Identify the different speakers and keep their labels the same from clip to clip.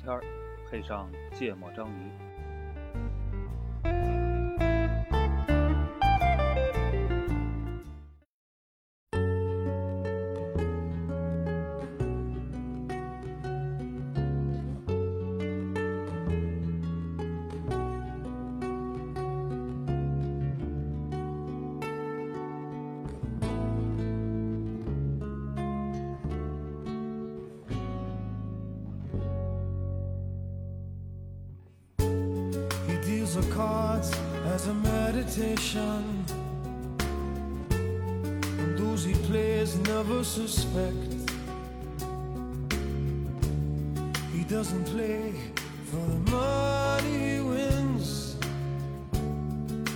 Speaker 1: 片儿，配上芥末章鱼。
Speaker 2: He deals the cards as a meditation. And those he plays never suspect. He doesn't play for the money he wins.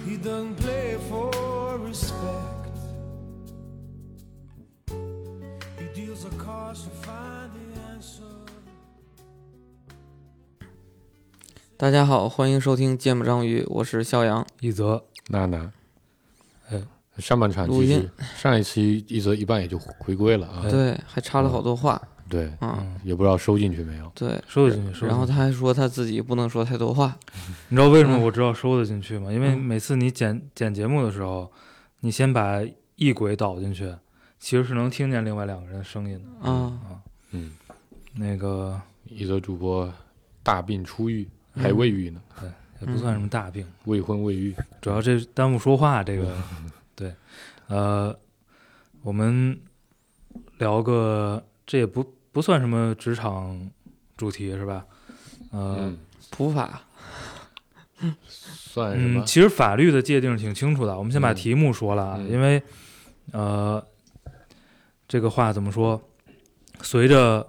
Speaker 2: He doesn't play for respect. He deals the cards to find the answer.
Speaker 3: 大家好，欢迎收听《芥末章鱼》，我是肖阳。
Speaker 4: 一则
Speaker 5: 娜娜，
Speaker 4: 哎，
Speaker 5: 上半场
Speaker 3: 录
Speaker 5: 继续
Speaker 3: 音，
Speaker 5: 上一期一则一半也就回归了啊，
Speaker 3: 对，还插了好多话
Speaker 5: 对，
Speaker 3: 啊、
Speaker 5: 也不知道收进去没有，
Speaker 3: 对。
Speaker 4: 收得进去，收得进去
Speaker 3: 然后他还说他自己不能说太多话，
Speaker 4: 你知道为什么
Speaker 3: 嗯
Speaker 4: 我知道收得进去吗？因为
Speaker 3: 嗯
Speaker 4: 每次你剪剪节目的时候，你先把一轨导进去，其实是能听见另外两个人的声音的。
Speaker 3: 啊，
Speaker 5: 嗯，
Speaker 4: 那个
Speaker 5: 一则主播大病初愈，还未愈呢，
Speaker 3: 嗯
Speaker 4: 也不算什么大病，
Speaker 5: 未婚未育，
Speaker 4: 主要这耽误说话这个。
Speaker 3: 嗯
Speaker 4: 对，呃，我们聊个，这也不不算什么职场主题是吧？呃，
Speaker 5: 嗯，
Speaker 3: 普法
Speaker 5: 算什
Speaker 4: 嗯，
Speaker 5: 么？
Speaker 4: 其实法律的界定挺清楚的，我们先把
Speaker 5: 嗯
Speaker 4: 题目说了啊，
Speaker 5: 嗯
Speaker 4: 因为呃，这个话怎么说？随着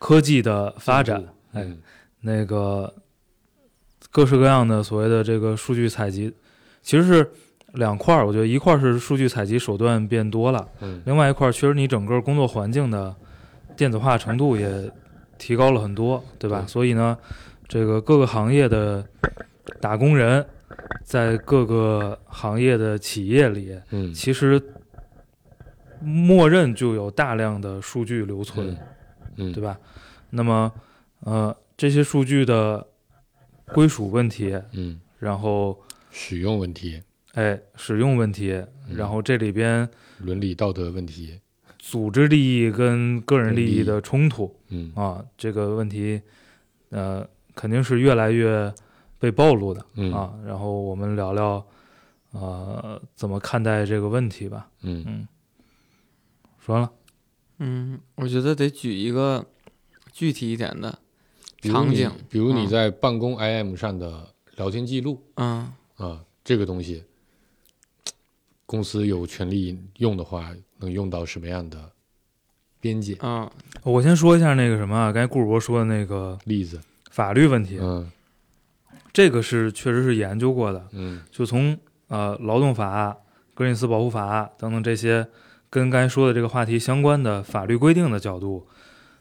Speaker 4: 科技的发展，哎，
Speaker 5: 嗯，
Speaker 4: 那个各式各样的所谓的这个数据采集，其实是两块儿，我觉得一块儿是数据采集手段变多了，
Speaker 5: 嗯
Speaker 4: 另外一块儿，其实你整个工作环境的电子化程度也提高了很多，对吧？
Speaker 5: 对
Speaker 4: 所以呢，这个各个行业的打工人，在各个行业的企业里，
Speaker 5: 嗯，
Speaker 4: 其实默认就有大量的数据留存，
Speaker 5: 嗯，
Speaker 4: 对吧？那么，呃，这些数据的归属问题，
Speaker 5: 嗯，
Speaker 4: 然后
Speaker 5: 使用问题、
Speaker 4: 哎使用问题，
Speaker 5: 嗯
Speaker 4: 然后这里边
Speaker 5: 伦理道德问题，
Speaker 4: 组织利益跟个人利益的冲突。
Speaker 5: 嗯
Speaker 4: 啊，这个问题，呃，肯定是越来越被暴露的、
Speaker 5: 嗯
Speaker 4: 啊。然后我们聊聊，呃，怎么看待这个问题吧。
Speaker 5: 嗯
Speaker 4: 说完了，
Speaker 3: 嗯，我觉得得举一个具体一点的
Speaker 5: 比如
Speaker 3: 场
Speaker 5: 你
Speaker 3: 景，
Speaker 5: 比如你
Speaker 3: 嗯
Speaker 5: 在办公 IM 上的聊天记录
Speaker 3: 嗯
Speaker 5: 啊，这个东西，公司有权利用的话，能用到什么样的边界？
Speaker 3: 嗯
Speaker 4: 我先说一下那个什么啊，刚才顾主播说的那个
Speaker 5: 例子，
Speaker 4: 法律问题，啊
Speaker 5: 嗯
Speaker 4: 这个是确实是研究过的，
Speaker 5: 嗯
Speaker 4: 就从呃劳动法、格林斯保护法等等这些跟刚才说的这个话题相关的法律规定的角度，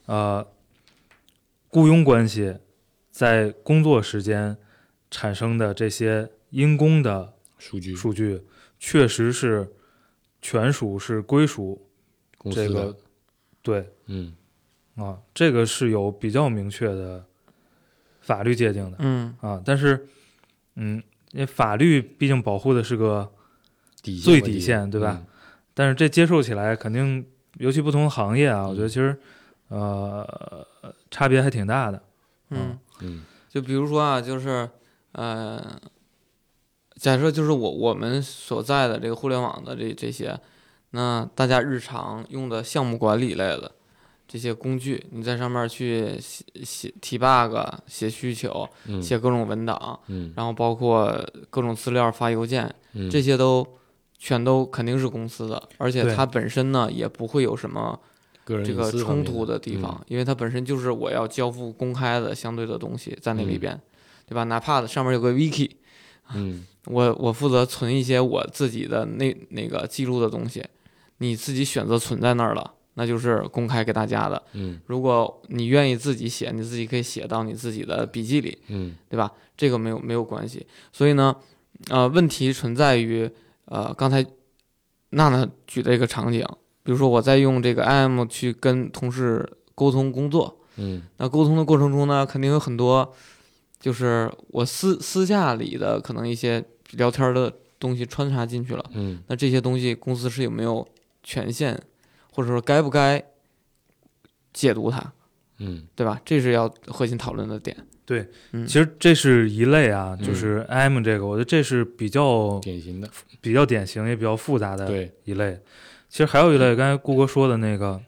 Speaker 4: 呃，雇佣关系在工作时间产生的这些因公的
Speaker 5: 数据
Speaker 4: 数据，确实是全属是归属
Speaker 5: 公司
Speaker 4: 这
Speaker 5: 的，
Speaker 4: 个对
Speaker 5: 嗯
Speaker 4: 啊，这个是有比较明确的法律界定的
Speaker 3: 嗯
Speaker 4: 啊，但是嗯，因为法律毕竟保护的是个。
Speaker 5: 底线
Speaker 4: 最
Speaker 5: 问
Speaker 4: 底
Speaker 5: 题嗯
Speaker 4: 线对吧？但是这接受起来肯定，尤其不同行业啊，我觉得其实呃差别还挺大的。
Speaker 3: 嗯，
Speaker 5: 嗯
Speaker 3: 就比如说啊，就是呃，假设就是我我们所在的这个互联网的这这些，那大家日常用的项目管理类的这些工具，你在上面去写写提 bug、写需求、
Speaker 5: 嗯
Speaker 3: 写各种文档，
Speaker 5: 嗯
Speaker 3: 然后包括各种资料发邮件，
Speaker 5: 嗯
Speaker 3: 这些都全都肯定是公司的，而且
Speaker 4: 对
Speaker 3: 它本身呢也不会有什么
Speaker 5: 个人
Speaker 3: 这
Speaker 5: 隐
Speaker 3: 个
Speaker 5: 私方
Speaker 3: 冲
Speaker 5: 面嗯
Speaker 3: 突的地方，，因为它本身就是我要交付公开的相对的东西在那里边，对吧？哪怕上面有个 wiki，
Speaker 5: 嗯
Speaker 3: 我我负责存一些我自己的那那个记录的东西，你自己选择存在那儿了，那就是公开给大家的。
Speaker 5: 嗯
Speaker 3: 如果你愿意自己写，你自己可以写到你自己的笔记里，
Speaker 5: 嗯
Speaker 3: 对吧？这个没有没有关系。所以呢，呃，问题存在于呃刚才娜娜举的一个场景，比如说我在用这个 IM 去跟同事沟通工作，
Speaker 5: 嗯
Speaker 3: 那沟通的过程中呢，肯定有很多，就是我私私下里的可能一些聊天的东西穿插进去了。
Speaker 5: 嗯
Speaker 3: 那这些东西公司是有没有权限，或者说该不该解读它，
Speaker 5: 嗯
Speaker 3: 对吧？这是要核心讨论的点。
Speaker 4: 对，
Speaker 3: 嗯，
Speaker 4: 其实这是一类啊，
Speaker 5: 嗯
Speaker 4: 就是 M 这个，我觉得这是比较
Speaker 5: 典型的，
Speaker 4: 比较典型也比较复杂的
Speaker 5: 对，嗯
Speaker 4: 一类。其实还有一类，刚才顾哥说的那个，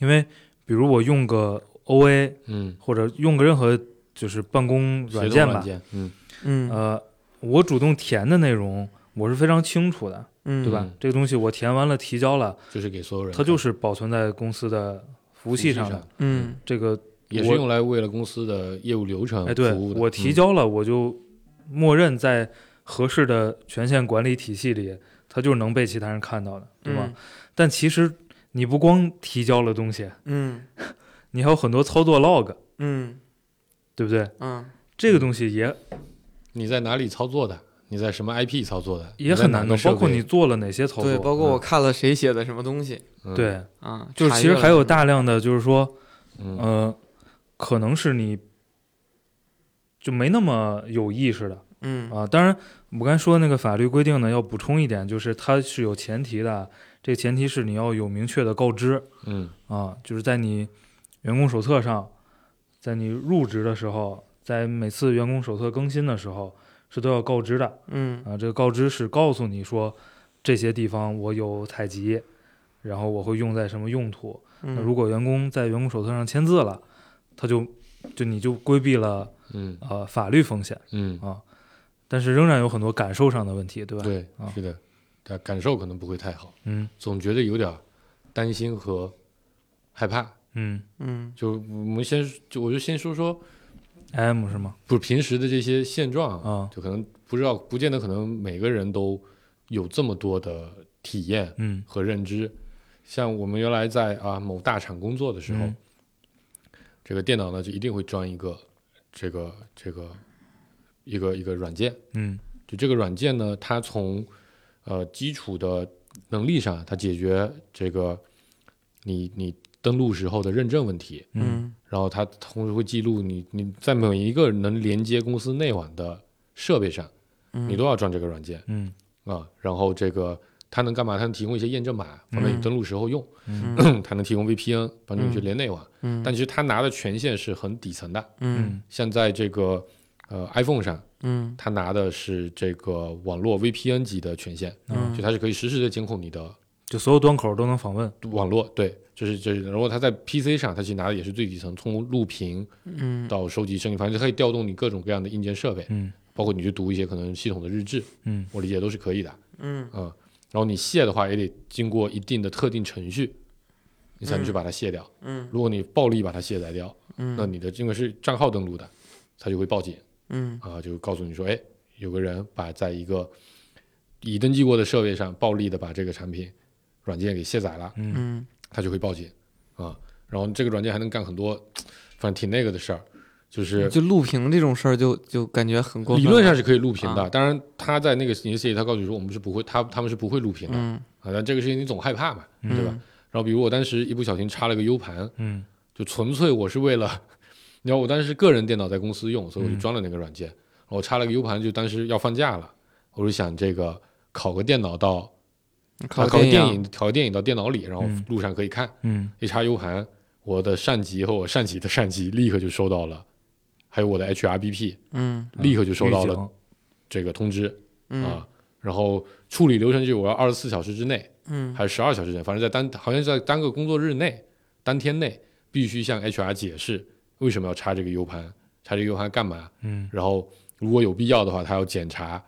Speaker 4: 因为比如我用个 OA
Speaker 5: 嗯，
Speaker 4: 或者用个任何就是办公软
Speaker 5: 协
Speaker 4: 件
Speaker 5: 同
Speaker 4: 吧
Speaker 5: 软，件，嗯，
Speaker 3: 嗯
Speaker 4: 呃，我主动填的内容我是非常清楚的，
Speaker 3: 嗯，
Speaker 4: 对吧？
Speaker 5: 嗯
Speaker 4: 这个东西我填完了提交了，
Speaker 5: 就是给所有人看，
Speaker 4: 它就是保存在公司的服务
Speaker 5: 服
Speaker 4: 器
Speaker 5: 上
Speaker 4: 上的。
Speaker 3: 嗯
Speaker 4: 这个
Speaker 5: 也是
Speaker 4: 我
Speaker 5: 用来为了公司的业务流程
Speaker 4: 哎，对
Speaker 5: 服务的
Speaker 4: 我提
Speaker 5: 嗯
Speaker 4: 交了，我就默认在合适的权限管理体系里，它就是能被其他人看到的，对吧？
Speaker 3: 嗯
Speaker 4: 但其实你不光提交了东西，
Speaker 3: 嗯
Speaker 4: 你还有很多操作 log，
Speaker 3: 嗯
Speaker 4: 对不对？
Speaker 3: 嗯
Speaker 4: 这个东西也
Speaker 5: 你在哪里操作的，你在什么 IP 操作的，
Speaker 4: 也很难
Speaker 5: 的
Speaker 4: 弄，，包括你做了哪些操作，
Speaker 3: 对，包括我看了谁写的什么东西
Speaker 5: 嗯，
Speaker 4: 对，
Speaker 3: 啊，
Speaker 4: 就是
Speaker 3: 查
Speaker 4: 其
Speaker 3: 阅
Speaker 4: 实
Speaker 3: 了
Speaker 4: 还有大量的，就是说，
Speaker 5: 嗯
Speaker 4: 呃，可能是你就没那么有意识的
Speaker 3: 嗯
Speaker 4: 啊。当然，我刚才说那个法律规定呢，要补充一点，就是它是有前提的，这个前提是你要有明确的告知
Speaker 5: 嗯
Speaker 4: 啊，就是在你员工手册上，在你入职的时候，在每次员工手册更新的时候是都要告知的
Speaker 3: 嗯
Speaker 4: 啊。这个告知是告诉你说这些地方我有采集，然后我会用在什么用途。
Speaker 3: 嗯，
Speaker 4: 那如果员工在员工手册上签字了，他就就你就规避了
Speaker 5: 嗯
Speaker 4: 呃法律风险
Speaker 5: 嗯，
Speaker 4: 啊，但是仍然有很多感受上的问题，对吧？，
Speaker 5: 对
Speaker 4: 啊，
Speaker 5: 是的，但感受可能不会太好，
Speaker 4: 嗯
Speaker 5: 总觉得有点儿担心和害怕。
Speaker 4: 嗯
Speaker 3: 嗯
Speaker 5: 就我们先，就我就先说说，
Speaker 4: ，M 是吗？
Speaker 5: 不是平时的这些现状
Speaker 4: 啊
Speaker 5: 就可能不知道，不见得可能每个人都有这么多的体验
Speaker 4: 嗯
Speaker 5: 和认知。像我们原来在啊某大厂工作的时候，
Speaker 4: 嗯
Speaker 5: 这个电脑呢就一定会装一个这个这个一个一个软件，
Speaker 4: 嗯
Speaker 5: 就这个软件呢，它从呃基础的能力上，它解决这个你你登录时候的认证问题，
Speaker 3: 嗯
Speaker 5: 然后它同时会记录你你在每一个能连接公司内网的设备上，
Speaker 3: 嗯，
Speaker 5: 你都要装这个软件
Speaker 4: 嗯
Speaker 5: 啊。然后这个它能干嘛？它能提供一些验证码，方便你登录时候用。
Speaker 4: 嗯
Speaker 5: 它能提供 VPN 帮助你去连内网，
Speaker 3: 嗯
Speaker 5: 但其实它拿的权限是很底层的，
Speaker 3: 嗯
Speaker 4: 嗯
Speaker 5: 像在这个呃 iPhone 上，
Speaker 3: 嗯
Speaker 5: 它拿的是这个网络 VPN 级的权限，
Speaker 3: 嗯
Speaker 5: 就它是可以实时的监控你的
Speaker 4: 就所有端口都能访问，
Speaker 5: 网络，对，就是这、就是，然后它在 PC 上，它其实拿的也是最底层，从录屏
Speaker 3: 嗯
Speaker 5: 到收集声音，反正它可以调动你各种各样的硬件设备，
Speaker 4: 嗯
Speaker 5: 包括你去读一些可能系统的日志，
Speaker 4: 嗯
Speaker 5: 我理解都是可以的，
Speaker 3: 嗯
Speaker 5: 嗯，然后你卸的话也得经过一定的特定程序，你才能去把它卸掉。
Speaker 3: 嗯
Speaker 5: 如果你暴力把它卸载掉，
Speaker 3: 嗯，
Speaker 5: 那你的因为是账号登录的，它就会报警
Speaker 3: 嗯
Speaker 5: 啊、就告诉你说，哎，有个人把在一个已登记过的设备上暴力的把这个产品软件给卸载了，
Speaker 4: 嗯
Speaker 3: 嗯
Speaker 5: 它就会报警啊、然后这个软件还能干很多，反正挺那个的事儿，就是
Speaker 3: 就录屏这种事儿，就就感觉很过分
Speaker 5: 理
Speaker 3: 了。
Speaker 5: 论上是可以录屏的，
Speaker 3: 啊
Speaker 5: 当然他在那个年协议，他告诉你说我们是不会，他他们是不会录屏的、
Speaker 3: 嗯，
Speaker 5: 啊，但这个事情你总害怕嘛，
Speaker 3: 嗯，
Speaker 5: 对吧？然后比如我当时一不小心插了个 U 盘，
Speaker 4: 嗯
Speaker 5: 就纯粹我是为了， 你知道我当时是个人电脑在公司用，所以我就装了那个软件，然后我插了个 U 盘，就当时要放假了，我就想这个拷个电脑到
Speaker 3: 靠
Speaker 5: 啊拷个
Speaker 3: 电
Speaker 5: 电，影，拷个电影到电脑里，然后
Speaker 4: 嗯
Speaker 5: 路上可以看。
Speaker 4: 嗯
Speaker 5: 一插 U 盘，我的上级和我上级的上级立刻就收到了，还有我的 HRBP
Speaker 3: 嗯
Speaker 5: 立刻就收到
Speaker 4: 预
Speaker 5: 了
Speaker 4: 警
Speaker 5: 这个通知、
Speaker 3: 嗯
Speaker 5: 啊。然后处理流程就是我要二十四小时之内，
Speaker 3: 嗯
Speaker 5: 还是十二小时之内，反正在单好像是在单个工作日内、当天内必须向 HR 解释为什么要插这个 U 盘，插这个 U 盘干嘛。
Speaker 4: 嗯
Speaker 5: 然后如果有必要的话，他要检查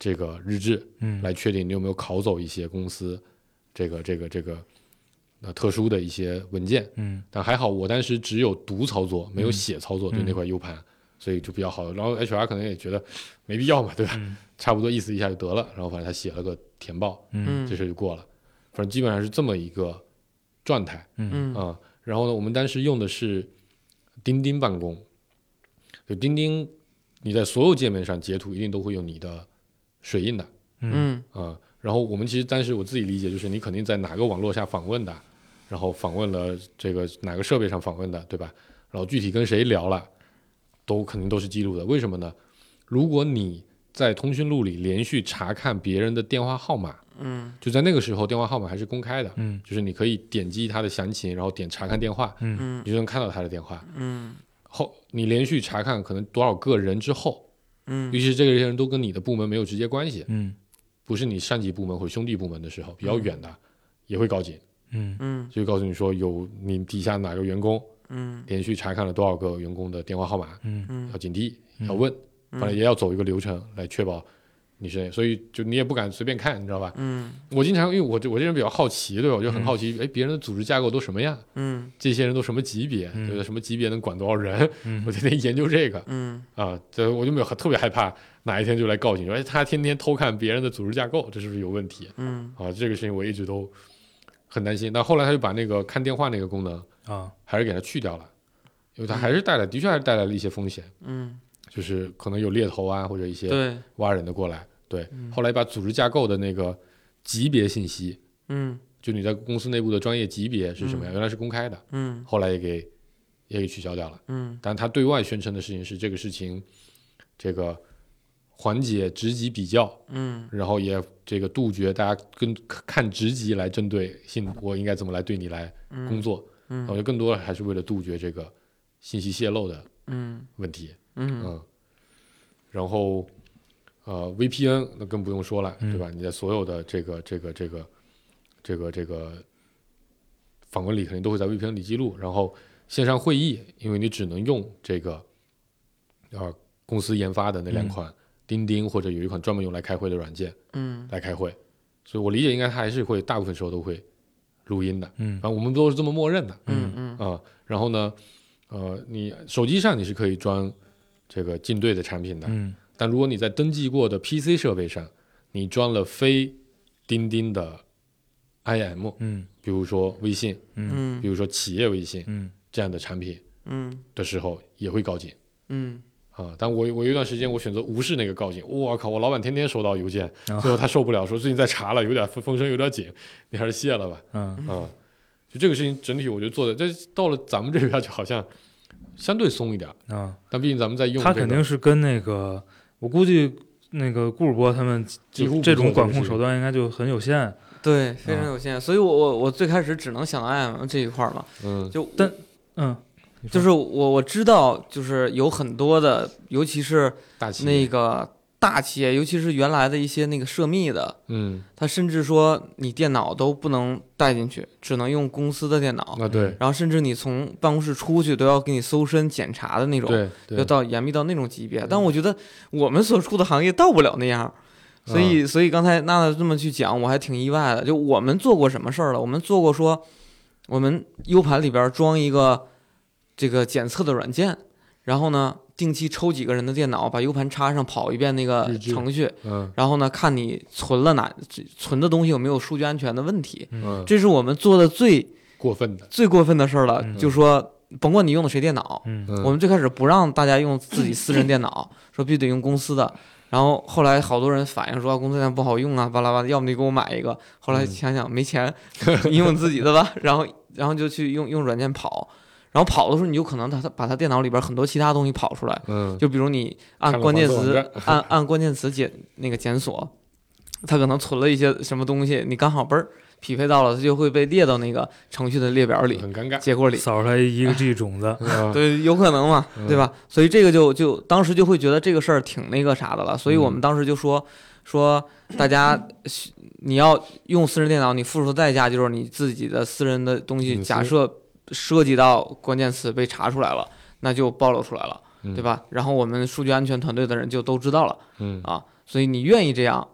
Speaker 5: 这个日志，
Speaker 4: 嗯
Speaker 5: 来确定你有没有拷走一些公司这个这个这个呃特殊的一些文件。
Speaker 4: 嗯
Speaker 5: 但还好我当时只有读操作，没有写操作，对
Speaker 4: 嗯
Speaker 5: 那块 U 盘，所以就比较好。然后 HR 可能也觉得没必要嘛，对吧？
Speaker 4: 嗯
Speaker 5: 差不多意思一下就得了。然后反正他写了个填报，
Speaker 4: 嗯
Speaker 3: 嗯
Speaker 5: 这事儿就过了。反正基本上是这么一个状态
Speaker 4: 嗯
Speaker 5: 啊、
Speaker 3: 嗯
Speaker 5: 然后呢，我们当时用的是钉钉办公，就钉钉，你在所有界面上截图一定都会有你的水印的啊、
Speaker 3: 嗯
Speaker 5: 然后我们其实当时我自己理解就是，你肯定在哪个网络下访问的，然后访问了这个哪个设备上访问的，对吧？然后具体跟谁聊了，都肯定都是记录的。为什么呢？如果你在通讯录里连续查看别人的电话号码，
Speaker 3: 嗯，
Speaker 5: 就在那个时候电话号码还是公开的，
Speaker 4: 嗯
Speaker 5: 就是你可以点击他的详情，然后点查看电话，
Speaker 3: 嗯
Speaker 5: 你就能看到他的电话。
Speaker 3: 嗯
Speaker 5: 后你连续查看可能多少个人之后，
Speaker 3: 嗯
Speaker 5: 尤其是这些人都跟你的部门没有直接关系，
Speaker 4: 嗯
Speaker 5: 不是你上级部门或者兄弟部门的时候，比较远的、也会告警，
Speaker 4: 嗯
Speaker 3: 嗯
Speaker 5: 就会告诉你说有你底下哪个员工
Speaker 3: 嗯
Speaker 5: 连续查看了多少个员工的电话号码，
Speaker 4: 嗯
Speaker 3: 嗯
Speaker 5: 要警惕，要问，反正也要走一个流程来确保你是，所以就你也不敢随便看，你知道吧？
Speaker 3: 嗯
Speaker 5: 我经常因为我这我这人比较好奇，
Speaker 4: 嗯
Speaker 5: 对吧？我就很好奇，哎，别人的组织架构都什么样？
Speaker 3: 嗯
Speaker 5: 这些人都什么级别？
Speaker 4: 嗯
Speaker 5: 对吧？什么级别能管多少人？
Speaker 4: 嗯
Speaker 5: 我天天研究这个
Speaker 3: 嗯
Speaker 5: 啊，这我就没有特别害怕哪一天就来告警，说哎，他天天偷看别人的组织架构，这是不是有问题
Speaker 3: 嗯
Speaker 5: 啊？这个事情我一直都很担心。但后来他就把那个看电话那个功能
Speaker 4: 啊，
Speaker 5: 还是给它去掉了，因为它还是带来的确还是带来了一些风险，
Speaker 3: 嗯，
Speaker 5: 就是可能有猎头啊或者一些
Speaker 3: 对，
Speaker 5: 挖人的过来。对，后来把组织架构的那个级别信息，
Speaker 3: 嗯
Speaker 5: 就你在公司内部的专业级别是什么样，原来是公开的，
Speaker 3: 嗯
Speaker 5: 后来也给也给取消掉了。
Speaker 3: 嗯
Speaker 5: 但他对外宣称的事情是这个事情，这个缓解职级比较，
Speaker 3: 嗯
Speaker 5: 然后也这个杜绝大家跟看职级来针对性，我应该怎么来对你来工作？
Speaker 3: 嗯
Speaker 5: 我觉得更多的还是为了杜绝这个信息泄露的
Speaker 3: 嗯
Speaker 5: 问题。
Speaker 3: 嗯
Speaker 5: 嗯，然后呃，VPN 那更不用说了，
Speaker 4: 嗯
Speaker 5: 对吧？你的所有的这个这个这个这个这个访问里肯定都会在 VPN 里记录，然后线上会议，因为你只能用这个呃公司研发的那两款钉钉或者有一款专门用来开会的软件
Speaker 3: 嗯
Speaker 5: 来开会，所以我理解应该它还是会大部分时候都会录音的，
Speaker 4: 嗯
Speaker 5: 反正我们都是这么默认的，
Speaker 3: 嗯嗯
Speaker 5: 啊、然后呢，呃，你手机上你是可以装这个进对的产品的，
Speaker 4: 嗯
Speaker 5: 但如果你在登记过的 PC 设备上，你装了非钉钉的 IM，
Speaker 4: 嗯
Speaker 5: 比如说微信，
Speaker 3: 嗯
Speaker 5: 比如说企业微信
Speaker 4: 嗯
Speaker 5: 这样的产品
Speaker 3: 嗯
Speaker 5: 的时候，也会告警
Speaker 3: 嗯
Speaker 5: 啊、但我我有一段时间我选择无视那个告警，我靠，我老板天天收到邮件，
Speaker 4: 啊
Speaker 5: 最后他受不了，说最近在查了，有点风风声有点紧，你还是卸了吧。
Speaker 4: 嗯
Speaker 5: 啊，就这个事情整体我觉得做的，这到了咱们这边就好像相对松一点儿，
Speaker 4: 啊，
Speaker 5: 但毕竟咱们在用、这个，
Speaker 4: 他肯定是跟那个，我估计那个顾主播他们
Speaker 5: 几乎
Speaker 4: 这种
Speaker 5: 不做
Speaker 4: 管控
Speaker 5: 这个事情
Speaker 4: 手段应该就很有限。
Speaker 3: 对，非常有限，所以我我我最开始只能想到 IM 这一块儿嘛，
Speaker 5: 嗯
Speaker 3: 就
Speaker 4: 但嗯，你
Speaker 3: 就
Speaker 4: 说
Speaker 3: 是我我知道，就是有很多的，尤其是
Speaker 5: 大气
Speaker 3: 那个大企业，尤其是原来的一些那个涉密的，
Speaker 5: 嗯
Speaker 3: 他甚至说你电脑都不能带进去，只能用公司的电脑，
Speaker 5: 啊对
Speaker 3: 然后甚至你从办公室出去都要给你搜身检查的那种，
Speaker 5: 对
Speaker 3: 要
Speaker 5: 嗯对
Speaker 3: 到严密到那种级别。但我觉得我们所处的行业到不了那样，所以
Speaker 5: 嗯
Speaker 3: 所以刚才娜娜这么去讲，我还挺意外的。就我们做过什么事儿了？我们做过说，我们 U 盘里边装一个这个检测的软件，然后呢定期抽几个人的电脑，把 U 盘插上跑一遍那个
Speaker 5: 日志
Speaker 3: 程序，
Speaker 5: 嗯
Speaker 3: 然后呢看你存了哪存的东西有没有数据安全的问题。
Speaker 5: 嗯
Speaker 3: 这是我们做的最
Speaker 5: 过分的
Speaker 3: 最过分的事儿了，
Speaker 4: 嗯
Speaker 3: 就说甭管你用的谁电脑，
Speaker 4: 嗯
Speaker 5: 嗯
Speaker 3: 我们最开始不让大家用自己私人电 脑，说必须得用公司的。然后后来好多人反映说公司电脑不好用啊，巴拉巴拉，要么就给我买一个。后
Speaker 5: 嗯
Speaker 3: 来想想没钱， 你用自己的吧。 然后然后就去用用软件跑，然后跑的时候你就可能它它把它电脑里边很多其他东西跑出来，
Speaker 5: 嗯
Speaker 3: 就比如你按
Speaker 5: 看了
Speaker 3: 关键
Speaker 5: 黄色
Speaker 3: 词
Speaker 5: 网
Speaker 3: 按 按关键词检那个检索，它可能存了一些什么东西，你刚好嘣儿匹配到了，它就会被列到那个程序的列表里
Speaker 5: 很尴尬
Speaker 3: 结果里。
Speaker 4: 扫出来一个 G 种子，
Speaker 5: 啊
Speaker 3: 对，有可能嘛，
Speaker 5: 嗯
Speaker 3: 对吧？所以这个就就当时就会觉得这个事儿挺那个啥的了，所以
Speaker 5: 嗯
Speaker 3: 我们当时就说说大家你要用私人电脑，你付出的代价就是你自己的私人的东西，
Speaker 5: 隐私
Speaker 3: 假设涉及到关键词被查出来了，那就暴露出来了，
Speaker 5: 嗯
Speaker 3: 对吧？然后我们数据安全团队的人就都知道了
Speaker 5: 嗯
Speaker 3: 啊，所以你愿意这样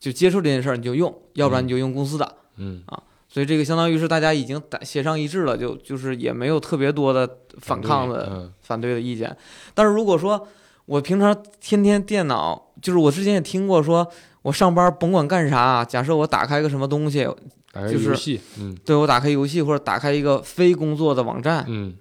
Speaker 3: 就接受这件事儿你就用，要不然你就用公司的。
Speaker 5: 嗯
Speaker 3: 所以这个相当于是大家已经达协商一致了，就就是也没有特别多的反抗的
Speaker 5: 嗯
Speaker 3: 反对的意见。但是如果说我平常天天电脑，就是我之前也听过说，我上班甭管干啥，假设我打开个什么东西，
Speaker 5: 打开
Speaker 3: 就是
Speaker 5: 游戏嗯
Speaker 3: 对我打开游戏或者打开一个非工作的网站，
Speaker 5: 嗯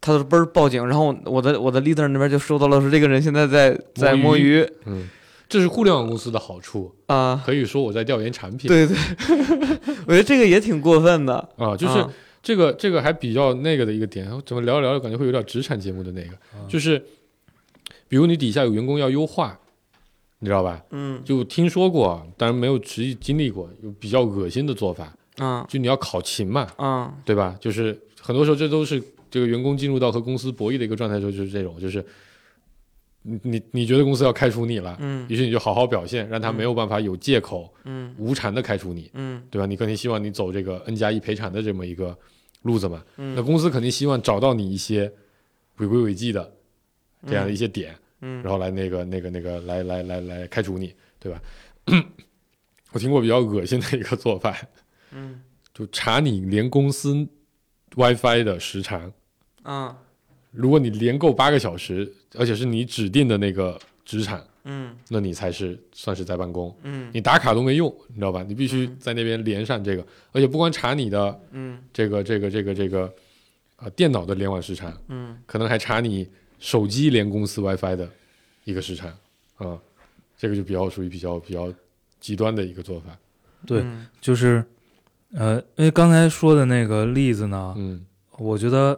Speaker 3: 它都嘣儿报警，然后我的我的 leader 那边就收到了，说这个人现在在在摸
Speaker 5: 摸
Speaker 3: 鱼
Speaker 5: 嗯，这是互联网公司的好处，
Speaker 3: 啊、
Speaker 5: 可以说我在调研产品
Speaker 3: 对对，我觉得这个也挺过分的
Speaker 5: 啊，就是
Speaker 3: 啊
Speaker 5: 这个这个还比较那个的一个点，怎么聊着聊着感觉会有点职场节目的那个，就是比如你底下有员工要优化，你知道吧？
Speaker 3: 嗯
Speaker 5: 就听说过，当然没有实际经历过，有比较恶心的做法，
Speaker 3: 啊
Speaker 5: 就你要考勤嘛，
Speaker 3: 啊
Speaker 5: 对吧？就是很多时候这都是这个员工进入到和公司博弈的一个状态的时候，就是这种，就是你你你觉得公司要开除你了，
Speaker 3: 嗯
Speaker 5: 于是你就好好表现，让他没有办法有借口
Speaker 3: 嗯
Speaker 5: 无偿的开除你，
Speaker 3: 嗯
Speaker 5: 对吧？你肯定希望你走这个 N 加一赔偿的这么一个路子嘛。
Speaker 3: 嗯
Speaker 5: 那公司肯定希望找到你一些违规违纪的这样的一些点，
Speaker 3: 嗯
Speaker 5: 然后来那个那个那个来来来来开除你，对吧？ 我听过比较恶心的一个做法，
Speaker 3: 嗯
Speaker 5: 就查你连公司 WiFi 的时长，
Speaker 3: 啊
Speaker 5: 如果你连够八个小时，而且是你指定的那个职场，
Speaker 3: 嗯
Speaker 5: 那你才是算是在办公。
Speaker 3: 嗯
Speaker 5: 你打卡都没用，你知道吧？你必须在那边连上这个，而且不光查你的
Speaker 3: 嗯
Speaker 5: 这个这个这个这个呃电脑的联网时长，
Speaker 3: 嗯
Speaker 5: 可能还查你手机连公司 WiFi 的一个时长啊、这个就比较属于比较比较极端的一个做法。
Speaker 4: 对
Speaker 3: 嗯
Speaker 4: 就是，呃，因为刚才说的那个例子呢，
Speaker 5: 嗯
Speaker 4: 我觉得，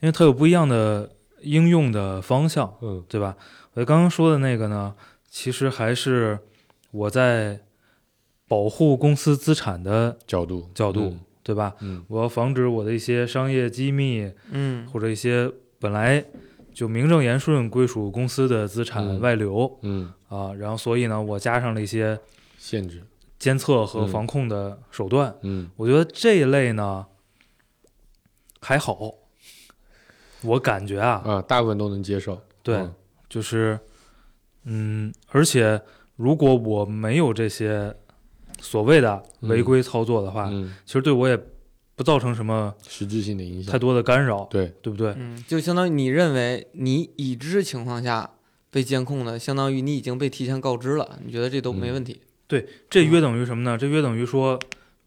Speaker 4: 因为它有不一样的应用的方向，
Speaker 5: 嗯
Speaker 4: 对吧？我刚刚说的那个呢，其实还是我在保护公司资产的
Speaker 5: 角度
Speaker 4: 角度，对吧？
Speaker 5: 嗯
Speaker 4: 我要防止我的一些商业机密
Speaker 3: 嗯
Speaker 4: 或者一些本来就名正言顺归属公司的资产
Speaker 5: 嗯
Speaker 4: 外流、
Speaker 5: 嗯
Speaker 4: 啊，然后所以呢，我加上了一些
Speaker 5: 限制
Speaker 4: 监测和
Speaker 5: 嗯
Speaker 4: 防控的手段。
Speaker 5: 嗯
Speaker 4: 我觉得这一类呢还好，我感觉啊，
Speaker 5: 啊大部分都能接受。
Speaker 4: 对，
Speaker 5: 嗯
Speaker 4: 就是嗯，而且如果我没有这些所谓的违规操作的话，
Speaker 5: 嗯，
Speaker 4: 其实对我也不造成什么
Speaker 5: 实质性的影响
Speaker 4: 太多的干扰，
Speaker 5: 对
Speaker 4: 对不对？
Speaker 3: 嗯，就相当于你认为你已知情况下被监控的，相当于你已经被提前告知了，你觉得这都
Speaker 5: 嗯
Speaker 3: 没问题。
Speaker 4: 这约等于什么呢？这约等于说，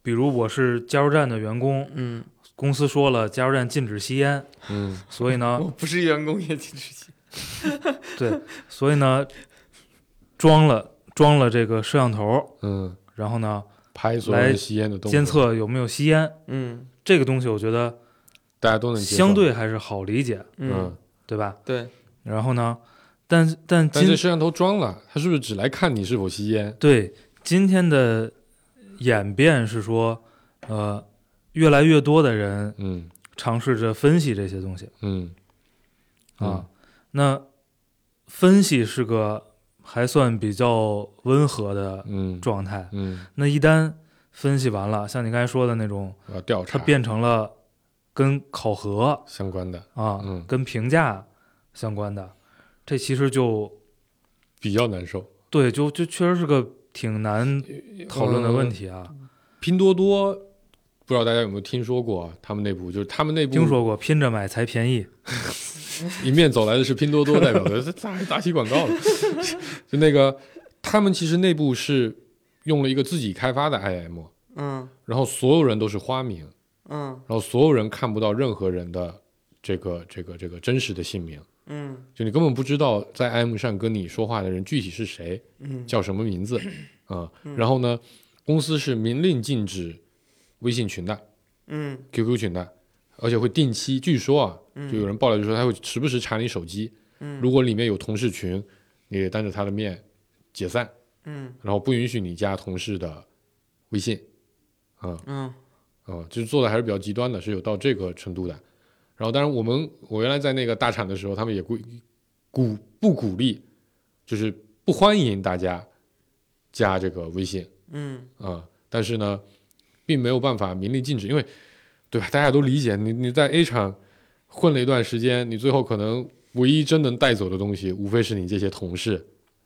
Speaker 4: 比如我是加油站的员工，
Speaker 3: 嗯，
Speaker 4: 公司说了加油站禁止吸烟，
Speaker 5: 嗯
Speaker 4: 所以呢，
Speaker 3: 不是员工也禁止吸。
Speaker 4: 对，所以呢，装了装了这个摄像头，
Speaker 5: 嗯
Speaker 4: 然后呢
Speaker 5: 拍所有
Speaker 4: 来
Speaker 5: 人吸烟的动作
Speaker 4: 监，测有没有吸烟，
Speaker 3: 嗯
Speaker 4: 这个东西我觉得
Speaker 5: 大家都能接受
Speaker 4: 相对还是好理解，
Speaker 3: 嗯，
Speaker 4: 对吧？
Speaker 3: 对，
Speaker 4: 然后呢，但但
Speaker 5: 但
Speaker 4: 今
Speaker 5: 是摄像头装了，它是不是只来看你是否吸烟？
Speaker 4: 对今天的演变是说，呃，越来越多的人
Speaker 5: 嗯
Speaker 4: 尝试着分析这些东西
Speaker 5: 嗯
Speaker 4: 啊，那分析是个还算比较温和的
Speaker 5: 嗯
Speaker 4: 状态，
Speaker 5: 嗯
Speaker 4: 那一旦分析完了，像你刚才说的那种。
Speaker 5: 啊调
Speaker 4: 它
Speaker 5: 查
Speaker 4: 变成了跟考核
Speaker 5: 相关的
Speaker 4: 啊、
Speaker 5: 嗯
Speaker 4: 跟评价相关的，这其实就
Speaker 5: 比较难受。
Speaker 4: 对，就就确实是个挺难
Speaker 5: 呃
Speaker 4: 讨论的问题啊。
Speaker 5: 拼多多不知道大家有没有听说过啊？他们内部就是他们内部
Speaker 4: 听说过拼着买才便宜，
Speaker 5: 迎面走来的是拼多多代表的，这 咋还打起广告了？ 就那个他们其实内部是用了一个自己开发的 IM，
Speaker 3: 嗯
Speaker 5: 然后所有人都是花名，
Speaker 3: 嗯
Speaker 5: 然后所有人看不到任何人的这个这个这个真实的姓名，
Speaker 3: 嗯
Speaker 5: 就你根本不知道在 IM 上跟你说话的人具体是谁。
Speaker 3: 嗯
Speaker 5: 叫什么名 字啊、然后呢，公司是明令禁止微信群的、
Speaker 3: 嗯
Speaker 5: QQ 群的，而且会定期，据说啊，就有人爆料就说他会时不时查你手机，如果里面有同事群，你得当着他的面解散，
Speaker 3: 嗯
Speaker 5: 然后不允许你加同事的微信啊
Speaker 3: 嗯
Speaker 5: 啊、就是做的还是比较极端的，是有到这个程度的。然后，当然我们我原来在那个大厂的时候，他们也鼓鼓不鼓励，就是不欢迎大家加这个微信。
Speaker 3: 嗯
Speaker 5: 啊、但是呢，并没有办法明令禁止，因为对吧？大家都理解，你你在 A 厂混了一段时间，你最后可能唯一真能带走的东西，无非是你这些同事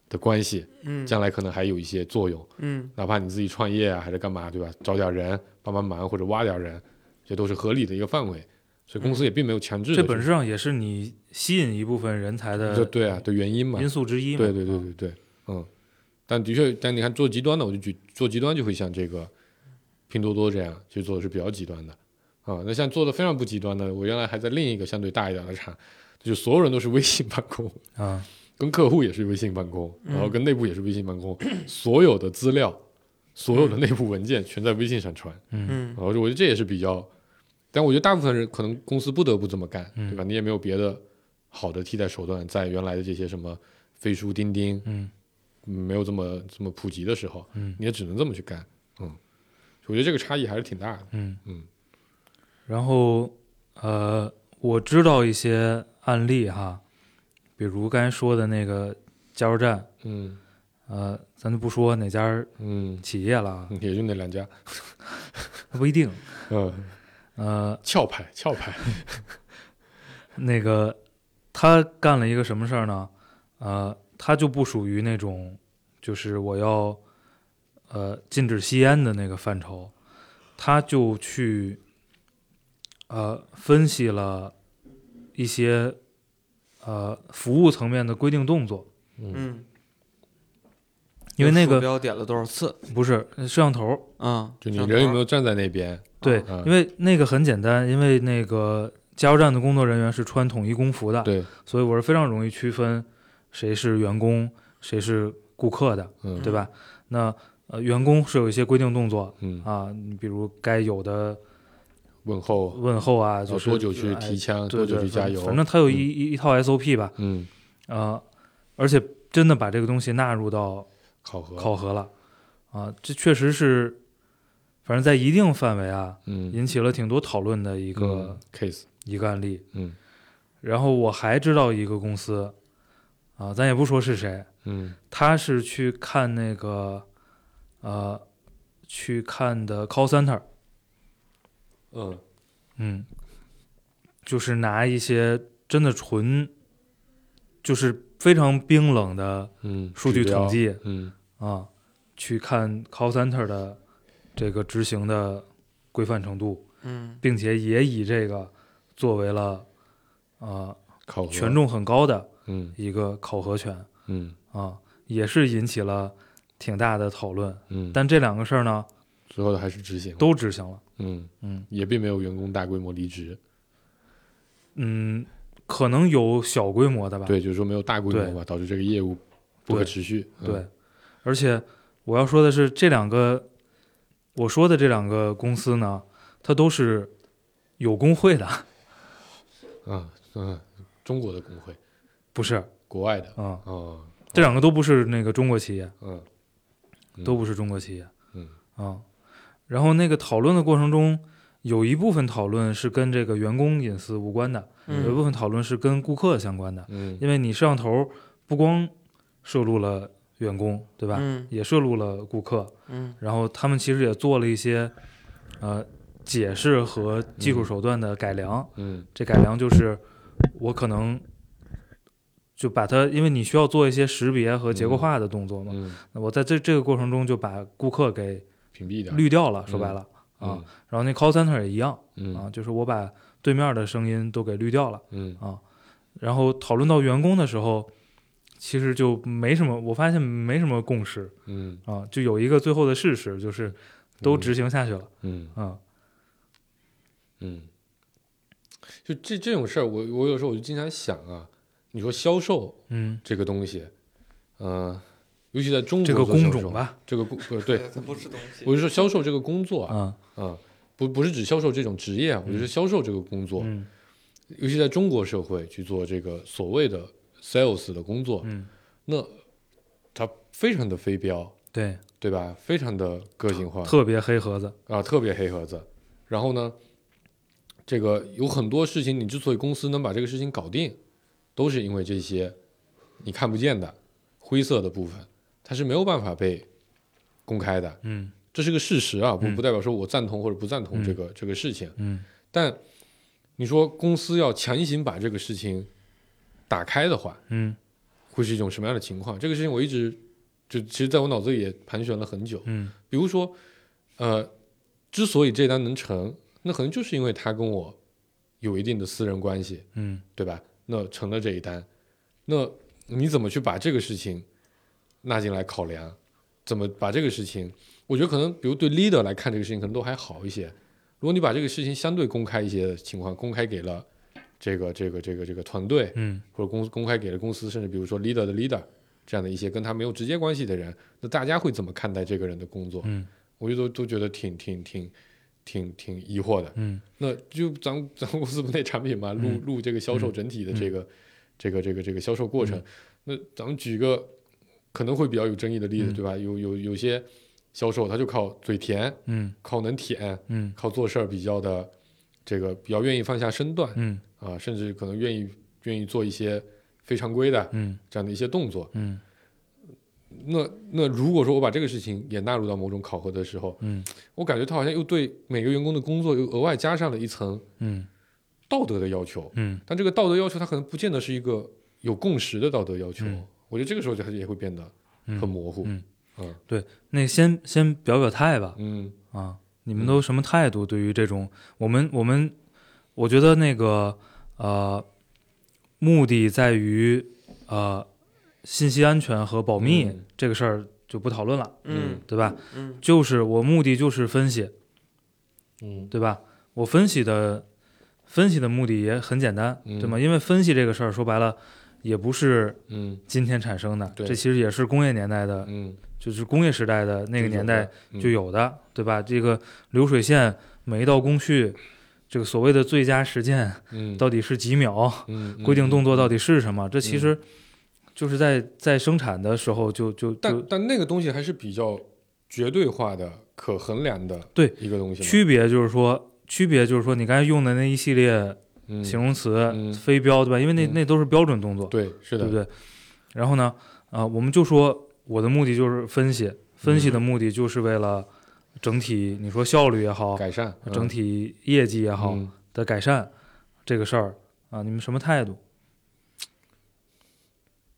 Speaker 5: 的关系，
Speaker 3: 嗯
Speaker 5: 将来可能还有一些作用，
Speaker 3: 嗯
Speaker 5: 哪怕你自己创业啊，还是干嘛，对吧？找点人帮帮忙或者挖点人，这都是合理的一个范围。所以公司也并没有强制的
Speaker 4: 这
Speaker 5: 去、
Speaker 4: 本质上也是你吸引一部分人才
Speaker 5: 就
Speaker 4: 的
Speaker 5: 对啊的原因嘛，
Speaker 4: 因素之一嘛。
Speaker 5: 对对对
Speaker 4: 啊
Speaker 5: 对对，嗯，但的确，但你看做极端的，我就举做极端就会像这个拼多多这样，就做的是比较极端的啊、那像做的非常不极端的，我原来还在另一个相对大一点的厂，就所有人都是微信办公，
Speaker 4: 啊，嗯
Speaker 5: 跟客户也是微信办公，然后跟内部也是微信办公，所有的资料、所有的内部文件全在微信上传。
Speaker 3: 嗯
Speaker 5: 然后我觉得这也是比较但我觉得大部分人可能公司不得不这么干，
Speaker 4: 嗯
Speaker 5: 对吧？你也没有别的好的替代手段，在原来的这些什么飞书、钉钉
Speaker 4: 嗯
Speaker 5: 没有这么这么普及的时候，
Speaker 4: 嗯
Speaker 5: 你也只能这么去干。嗯，我觉得这个差异还是挺大的。
Speaker 4: 嗯
Speaker 5: 嗯
Speaker 4: 然后呃，我知道一些案例哈，比如刚才说的那个加油站，
Speaker 5: 嗯
Speaker 4: 呃，咱就不说哪家
Speaker 5: 嗯，
Speaker 4: 企业了啊，
Speaker 5: 也就那两家。
Speaker 4: 不一定。
Speaker 5: 嗯，
Speaker 4: 呃，
Speaker 5: 壳牌，壳牌。
Speaker 4: 那个他干了一个什么事儿呢？呃，他就不属于那种就是我要呃禁止吸烟的那个范畴，他就去呃分析了一些呃服务层面的规定动作，
Speaker 5: 嗯
Speaker 3: 嗯，
Speaker 4: 因为那
Speaker 3: 鼠
Speaker 4: 个
Speaker 3: 标点了多少次
Speaker 4: 不是呃摄像头儿，
Speaker 3: 啊？
Speaker 5: 就你
Speaker 3: 上
Speaker 5: 人有
Speaker 3: 头
Speaker 5: 没有站在那边？
Speaker 4: 对
Speaker 3: 嗯
Speaker 5: 啊，
Speaker 4: 因为那个很简单，因为那个加油站的工作人员是穿统一工服的，
Speaker 5: 对，
Speaker 4: 所以我是非常容易区分谁是员工，谁是顾客的，
Speaker 5: 嗯
Speaker 4: 对吧？那呃，员工是有一些规定动作
Speaker 5: 嗯，
Speaker 4: 啊，你比如该有的
Speaker 5: 问候，
Speaker 4: 问候啊，
Speaker 5: 然
Speaker 4: 就
Speaker 5: 后
Speaker 4: 是
Speaker 5: 多久去
Speaker 4: 哎
Speaker 5: 提枪，
Speaker 4: 对
Speaker 5: 多久
Speaker 4: 对
Speaker 5: 去加
Speaker 4: 反
Speaker 5: 油，
Speaker 4: 反正它有一
Speaker 5: 嗯
Speaker 4: 一一套 SOP 吧，
Speaker 5: 嗯，
Speaker 4: 啊，而且真的把这个东西纳入到
Speaker 5: 考核，
Speaker 4: 考核了啊，这确实是，反正在一定范围啊，
Speaker 5: 嗯，
Speaker 4: 引起了挺多讨论的一
Speaker 5: 一
Speaker 4: 个
Speaker 5: case，
Speaker 4: 一个案例。
Speaker 5: 嗯
Speaker 4: 然后我还知道一个公司，啊，咱也不说是谁，
Speaker 5: 嗯
Speaker 4: 他是去看那个，呃，去看的 call center，
Speaker 5: 嗯
Speaker 4: 嗯，就是拿一些真的纯，就是非常冰冷的
Speaker 5: 嗯，
Speaker 4: 数据
Speaker 5: 指标
Speaker 4: 统计
Speaker 5: 嗯
Speaker 4: 啊，去看 call center 的这个执行的规范程度，
Speaker 3: 嗯
Speaker 4: 并且也以这个作为了，呃，
Speaker 5: 考核
Speaker 4: 权，重很高的
Speaker 5: 嗯
Speaker 4: 一个考核权。
Speaker 5: 嗯
Speaker 4: 啊，也是引起了挺大的讨论。
Speaker 5: 嗯，
Speaker 4: 但这两个事儿呢，
Speaker 5: 最后还是执行，
Speaker 4: 都执行了。
Speaker 5: 嗯，
Speaker 4: 嗯
Speaker 5: 也并没有员工大规模离职，
Speaker 4: 嗯，可能有小规模的吧。
Speaker 5: 对，就是说没有大规模吧，导致这个业务不可
Speaker 4: 对
Speaker 5: 持续，嗯
Speaker 4: 对，而且我要说的是，这两个我说的这两个公司呢，它都是有工会的，
Speaker 5: 嗯嗯，中国的工会，
Speaker 4: 不是？
Speaker 5: 国外的，
Speaker 4: 嗯，
Speaker 5: 哦
Speaker 4: 这两个都不是那个中国企业，
Speaker 5: 嗯嗯
Speaker 4: 都不是中国企业。
Speaker 5: 嗯
Speaker 4: 啊，然后那个讨论的过程中，有一部分讨论是跟这个员工隐私无关的，有一
Speaker 3: 嗯
Speaker 4: 部分讨论是跟顾客相关的。
Speaker 5: 嗯
Speaker 4: 因为你摄像头不光摄录了员工，对吧？
Speaker 3: 嗯
Speaker 4: 也摄录了顾客，
Speaker 3: 嗯
Speaker 4: 然后他们其实也做了一些呃解释和技术手段的改良。
Speaker 5: 嗯
Speaker 4: 这改良就是我可能就把它，因为你需要做一些识别和结构化的动作嘛。
Speaker 5: 嗯，
Speaker 4: 那我在这这个过程中就把顾客给
Speaker 5: 屏蔽的，
Speaker 4: 滤掉了，说白了、啊。
Speaker 5: 嗯
Speaker 4: 然后那 call center 也一样、
Speaker 5: 嗯
Speaker 4: 啊，就是我把对面的声音都给滤掉了。
Speaker 5: 嗯
Speaker 4: 然后讨论到员工的时候，其实就没什么，我发现没什么共识
Speaker 5: 嗯
Speaker 4: 啊，就有一个最后的事实，就是都执行下去了
Speaker 5: 嗯。
Speaker 4: 啊。
Speaker 5: 嗯，就这这种事儿，我我有时候我就经常想啊，你说销售
Speaker 4: 嗯，
Speaker 5: 这个东西，呃，尤其在中国
Speaker 4: 这个
Speaker 5: 做销
Speaker 4: 工
Speaker 5: 售
Speaker 4: 种，吧，
Speaker 5: 这个工呃对，
Speaker 3: 它不是东西
Speaker 5: 我就说销售这个工作啊，
Speaker 4: 啊，
Speaker 5: 啊，不不是指销售这种职业啊，我就是销售这个工作，
Speaker 4: 嗯
Speaker 5: 尤其在中国社会去做这个所谓的 sales 的工作，
Speaker 4: 嗯，
Speaker 5: 那它非常的非标，
Speaker 4: 对，
Speaker 5: 对吧？非常的个性化，
Speaker 4: 特别黑盒子，
Speaker 5: 啊，特别黑盒子。然后呢，这个有很多事情，你之所以公司能把这个事情搞定，都是因为这些你看不见的灰色的部分，它是没有办法被公开的。
Speaker 4: 嗯
Speaker 5: 这是个事实啊，不
Speaker 4: 嗯
Speaker 5: 不代表说我赞同或者不赞同这个、这个事情。
Speaker 4: 嗯
Speaker 5: 但你说公司要强行把这个事情打开的话，
Speaker 4: 嗯
Speaker 5: 会是一种什么样的情况？这个事情我一直就其实在我脑子里也盘旋了很久。
Speaker 4: 嗯
Speaker 5: 比如说，呃，之所以这单能成，那可能就是因为他跟我有一定的私人关系，
Speaker 4: 嗯
Speaker 5: 对吧？那成了这一单，那你怎么去把这个事情纳进来考量？怎么把这个事情？我觉得可能，比如对 leader 来看这个事情，可能都还好一些。如果你把这个事情相对公开一些的情况，公开给了这个这个这个这个团队，
Speaker 4: 嗯
Speaker 5: 或者公公开给了公司，甚至比如说 leader 的 leader 这样的一些跟他没有直接关系的人，那大家会怎么看待这个人的工作？
Speaker 4: 嗯
Speaker 5: 我就都都觉得挺挺挺挺挺疑惑的。
Speaker 4: 嗯
Speaker 5: 那就咱们咱们公司不那产品嘛，录
Speaker 4: 嗯嗯
Speaker 5: 录这个销售整体的这个、这个这个这个销售过程。那咱们举一个可能会比较有争议的例子，
Speaker 4: 嗯
Speaker 5: 对吧？有有有些销售他就靠嘴甜，
Speaker 4: 嗯
Speaker 5: 靠能舔，
Speaker 4: 嗯
Speaker 5: 靠做事儿比较的这个比较愿意放下身段
Speaker 4: 嗯
Speaker 5: 啊，甚至可能愿意愿意做一些非常规的
Speaker 4: 嗯
Speaker 5: 这样的一些动作。
Speaker 4: 嗯
Speaker 5: 那那如果说我把这个事情也纳入到某种考核的时候，
Speaker 4: 嗯
Speaker 5: 我感觉他好像又对每个员工的工作又额外加上了一层
Speaker 4: 嗯
Speaker 5: 道德的要求。
Speaker 4: 嗯
Speaker 5: 但这个道德要求，它可能不见得是一个有共识的道德要求。
Speaker 4: 嗯
Speaker 5: 我觉得这个时候就它也会变得
Speaker 4: 嗯，
Speaker 5: 很模糊。
Speaker 4: 嗯
Speaker 5: 嗯
Speaker 4: 那个先先表表态吧，
Speaker 5: 嗯
Speaker 4: 啊，你们都什么态度？对于这种，我们我们，我觉得那个呃，目的在于呃，信息安全和保密、
Speaker 5: 嗯
Speaker 4: 这个事儿就不讨论了，
Speaker 3: 嗯
Speaker 4: 对吧？
Speaker 3: 嗯
Speaker 4: 就是我目的就是分析，
Speaker 5: 嗯
Speaker 4: 对吧？我分析的分析的目的也很简单，
Speaker 5: 嗯
Speaker 4: 对吗？因为分析这个事儿说白了也不是
Speaker 5: 嗯
Speaker 4: 今天产生的，
Speaker 5: 对
Speaker 4: 这其实也是工业年代的，
Speaker 5: 嗯，
Speaker 4: 就是工业时代的那个年代
Speaker 5: 嗯
Speaker 4: 就有的，对吧？这个流水线每一道工序，这个所谓的最佳实践
Speaker 5: 嗯
Speaker 4: 到底是几秒，
Speaker 5: 嗯
Speaker 4: 规定动作到
Speaker 5: 底。
Speaker 4: 底是什么？这其实就是在在生产的时候就就
Speaker 5: 但
Speaker 4: 就
Speaker 5: 但那个东西还是比较绝对化的、可衡量的
Speaker 4: 对
Speaker 5: 一个东西嘛。
Speaker 4: 区别就是说。区别就是说，你刚才用的那一系列
Speaker 5: 嗯
Speaker 4: 形容词、
Speaker 5: 嗯
Speaker 4: 飞镖，对吧？因为那、
Speaker 5: 嗯
Speaker 4: 那都是标准动作，
Speaker 5: 对是的
Speaker 4: 对不对？然后呢，呃，我们就说我的目的就是分析，分
Speaker 5: 嗯
Speaker 4: 析的目的就是为了整体，你说效率也好，
Speaker 5: 改善嗯
Speaker 4: 整体业绩也好，
Speaker 5: 嗯
Speaker 4: 的改善这个事儿啊，你们什么态度？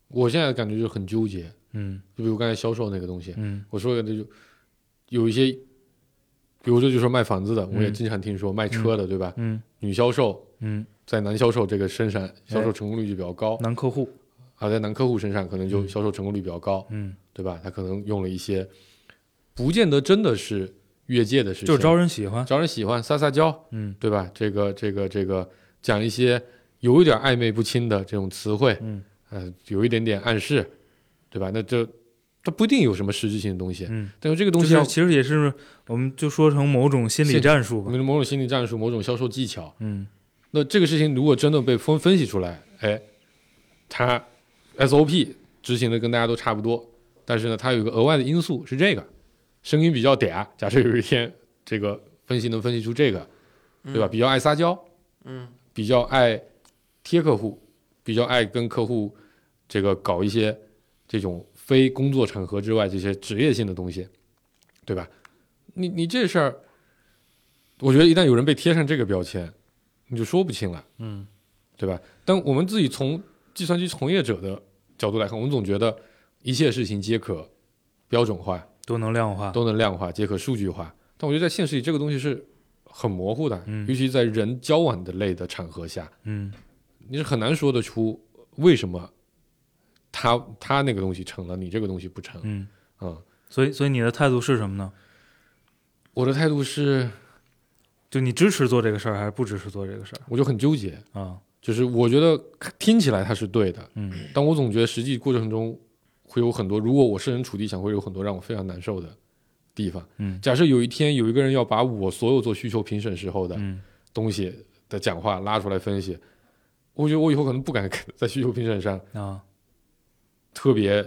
Speaker 5: 我现在感觉就很纠结，
Speaker 4: 嗯
Speaker 5: 就比如刚才销售那个东西，
Speaker 4: 嗯
Speaker 5: 我说的就有一些，比如说就说卖房子的，我也
Speaker 4: 嗯
Speaker 5: 经常听说卖车的，对吧？
Speaker 4: 嗯
Speaker 5: 女销售
Speaker 4: 嗯，
Speaker 5: 在男销售这个身
Speaker 4: 哎
Speaker 5: 上销售成功率就比较高，
Speaker 4: 男客户，
Speaker 5: 啊，在男客户身上可能就
Speaker 4: 嗯
Speaker 5: 销售成功率比较高，
Speaker 4: 嗯，
Speaker 5: 对吧？他可能用了一些，不见得真的是越界的事情，
Speaker 4: 就是招人啊喜欢。
Speaker 5: 招人喜欢，撒撒娇，
Speaker 4: 嗯
Speaker 5: 对吧？这个这个这个讲一些有一点暧昧不清的这种词汇，
Speaker 4: 嗯
Speaker 5: 呃，有一点点暗示，对吧？那这它不一定有什么实质性的东西，
Speaker 4: 嗯，
Speaker 5: 但是这个东
Speaker 4: 就
Speaker 5: 西要
Speaker 4: 是其实也是，我们就说成某种心理
Speaker 5: 心嗯
Speaker 4: 战术吧。
Speaker 5: 某种心理战术、某种销售技巧。
Speaker 4: 嗯
Speaker 5: 那这个事情如果真的被分分析出来，哎，它 SOP 执行的跟大家都差不多，但是呢，它有一个额外的因素是这个声音比较嗲。假设有一天这个分析能分析出这个，对吧？比较爱撒娇，
Speaker 3: 嗯
Speaker 5: 比较爱贴客户，比较爱跟客户这个搞一些这种非工作场合之外这些职业性的东西，对吧？你你这事儿，我觉得一旦有人被贴上这个标签，你就说不清了，
Speaker 4: 嗯，
Speaker 5: 对吧？但我们自己从计算机从业者的角度来看，我们总觉得一切事情皆可标准化，
Speaker 4: 都能量化。
Speaker 5: 都能量化，皆可数据化。但我觉得在现实里，这个东西是很模糊的，
Speaker 4: 嗯
Speaker 5: 尤其在人交往的类的场合下，
Speaker 4: 嗯
Speaker 5: 你是很难说得出为什么他他那个东西成了，你这个东西不成。
Speaker 4: 嗯，
Speaker 5: 嗯，
Speaker 4: 所以所以你的态度是什么呢？
Speaker 5: 我的态度是，
Speaker 4: 就你支持做这个事儿还是不支持做这个事
Speaker 5: 我就很纠结，
Speaker 4: 儿啊？
Speaker 5: 就是我觉得听起来他是对的，
Speaker 4: 嗯
Speaker 5: 但我总觉得实际过程中会有很多，如果我设身处地想，会有很多让我非常难受的地方。
Speaker 4: 嗯
Speaker 5: 假设有一天有一个人要把我所有做需求评审时候的
Speaker 4: 嗯
Speaker 5: 东西的讲话拉出来分析，我觉得我以后可能不敢在需求评审上
Speaker 4: 啊
Speaker 5: 特别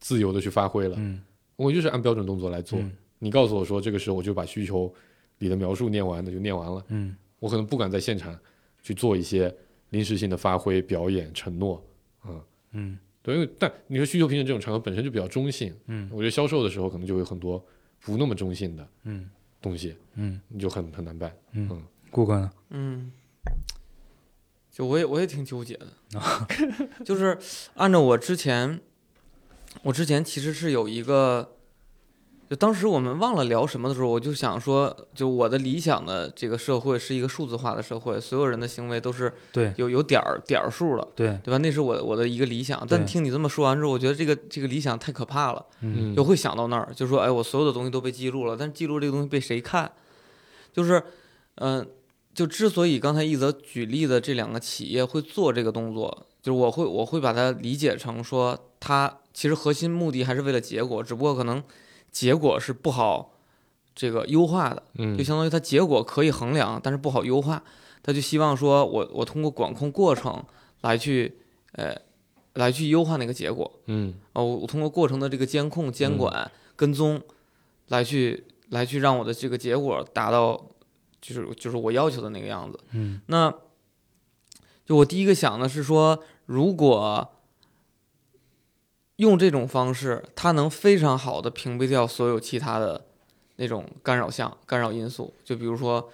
Speaker 5: 自由的去发挥了，
Speaker 4: 嗯
Speaker 5: 我就是按标准动作来做。
Speaker 4: 嗯
Speaker 5: 你告诉我说这个时候我就把需求里的描述念完，那就念完了。
Speaker 4: 嗯
Speaker 5: 我可能不敢在现场去做一些临时性的发挥、表演、承诺，嗯，
Speaker 4: 嗯
Speaker 5: 对，因为但你说需求评审这种场合本身就比较中性，
Speaker 4: 嗯
Speaker 5: 我觉得销售的时候可能就有很多不那么中性的
Speaker 4: 嗯
Speaker 5: 东西，
Speaker 4: 嗯，
Speaker 5: 你就很很难办。
Speaker 4: 顾哥呢？
Speaker 3: 嗯，就我也我也挺纠结的，就是按照我之前，我之前其实是有一个，就当时我们忘了聊什么的时候，我就想说，就我的理想的这个社会是一个数字化的社会，所有人的行为都是
Speaker 4: 对
Speaker 3: 有有点儿点儿数了。
Speaker 4: 对，
Speaker 3: 对吧？那是我我的一个理想，但
Speaker 4: 对
Speaker 3: 听你这么说完之后，我觉得这个这个理想太可怕了。
Speaker 4: 嗯
Speaker 3: 就会想到那儿，就说哎，我所有的东西都被记录了，但是记录这个东西被谁看？就是，嗯、就之所以刚才一则举例的这两个企业会做这个动作，就是我会我会把它理解成说，它其实核心目的还是为了结果，只不过可能结果是不好这个优化的，
Speaker 5: 嗯
Speaker 3: 就相当于它结果可以衡量，但是不好优化。他就希望说我我通过管控过程来去呃来去优化那个结果。
Speaker 5: 嗯
Speaker 3: 哦，我我通过过程的这个监控、监管、跟踪，来去来去让我的这个结果达到，就是就是我要求的那个样子。
Speaker 4: 嗯，
Speaker 3: 那就我第一个想的是说，如果用这种方式，它能非常好的屏蔽掉所有其他的那种干扰项、干扰因素，就比如说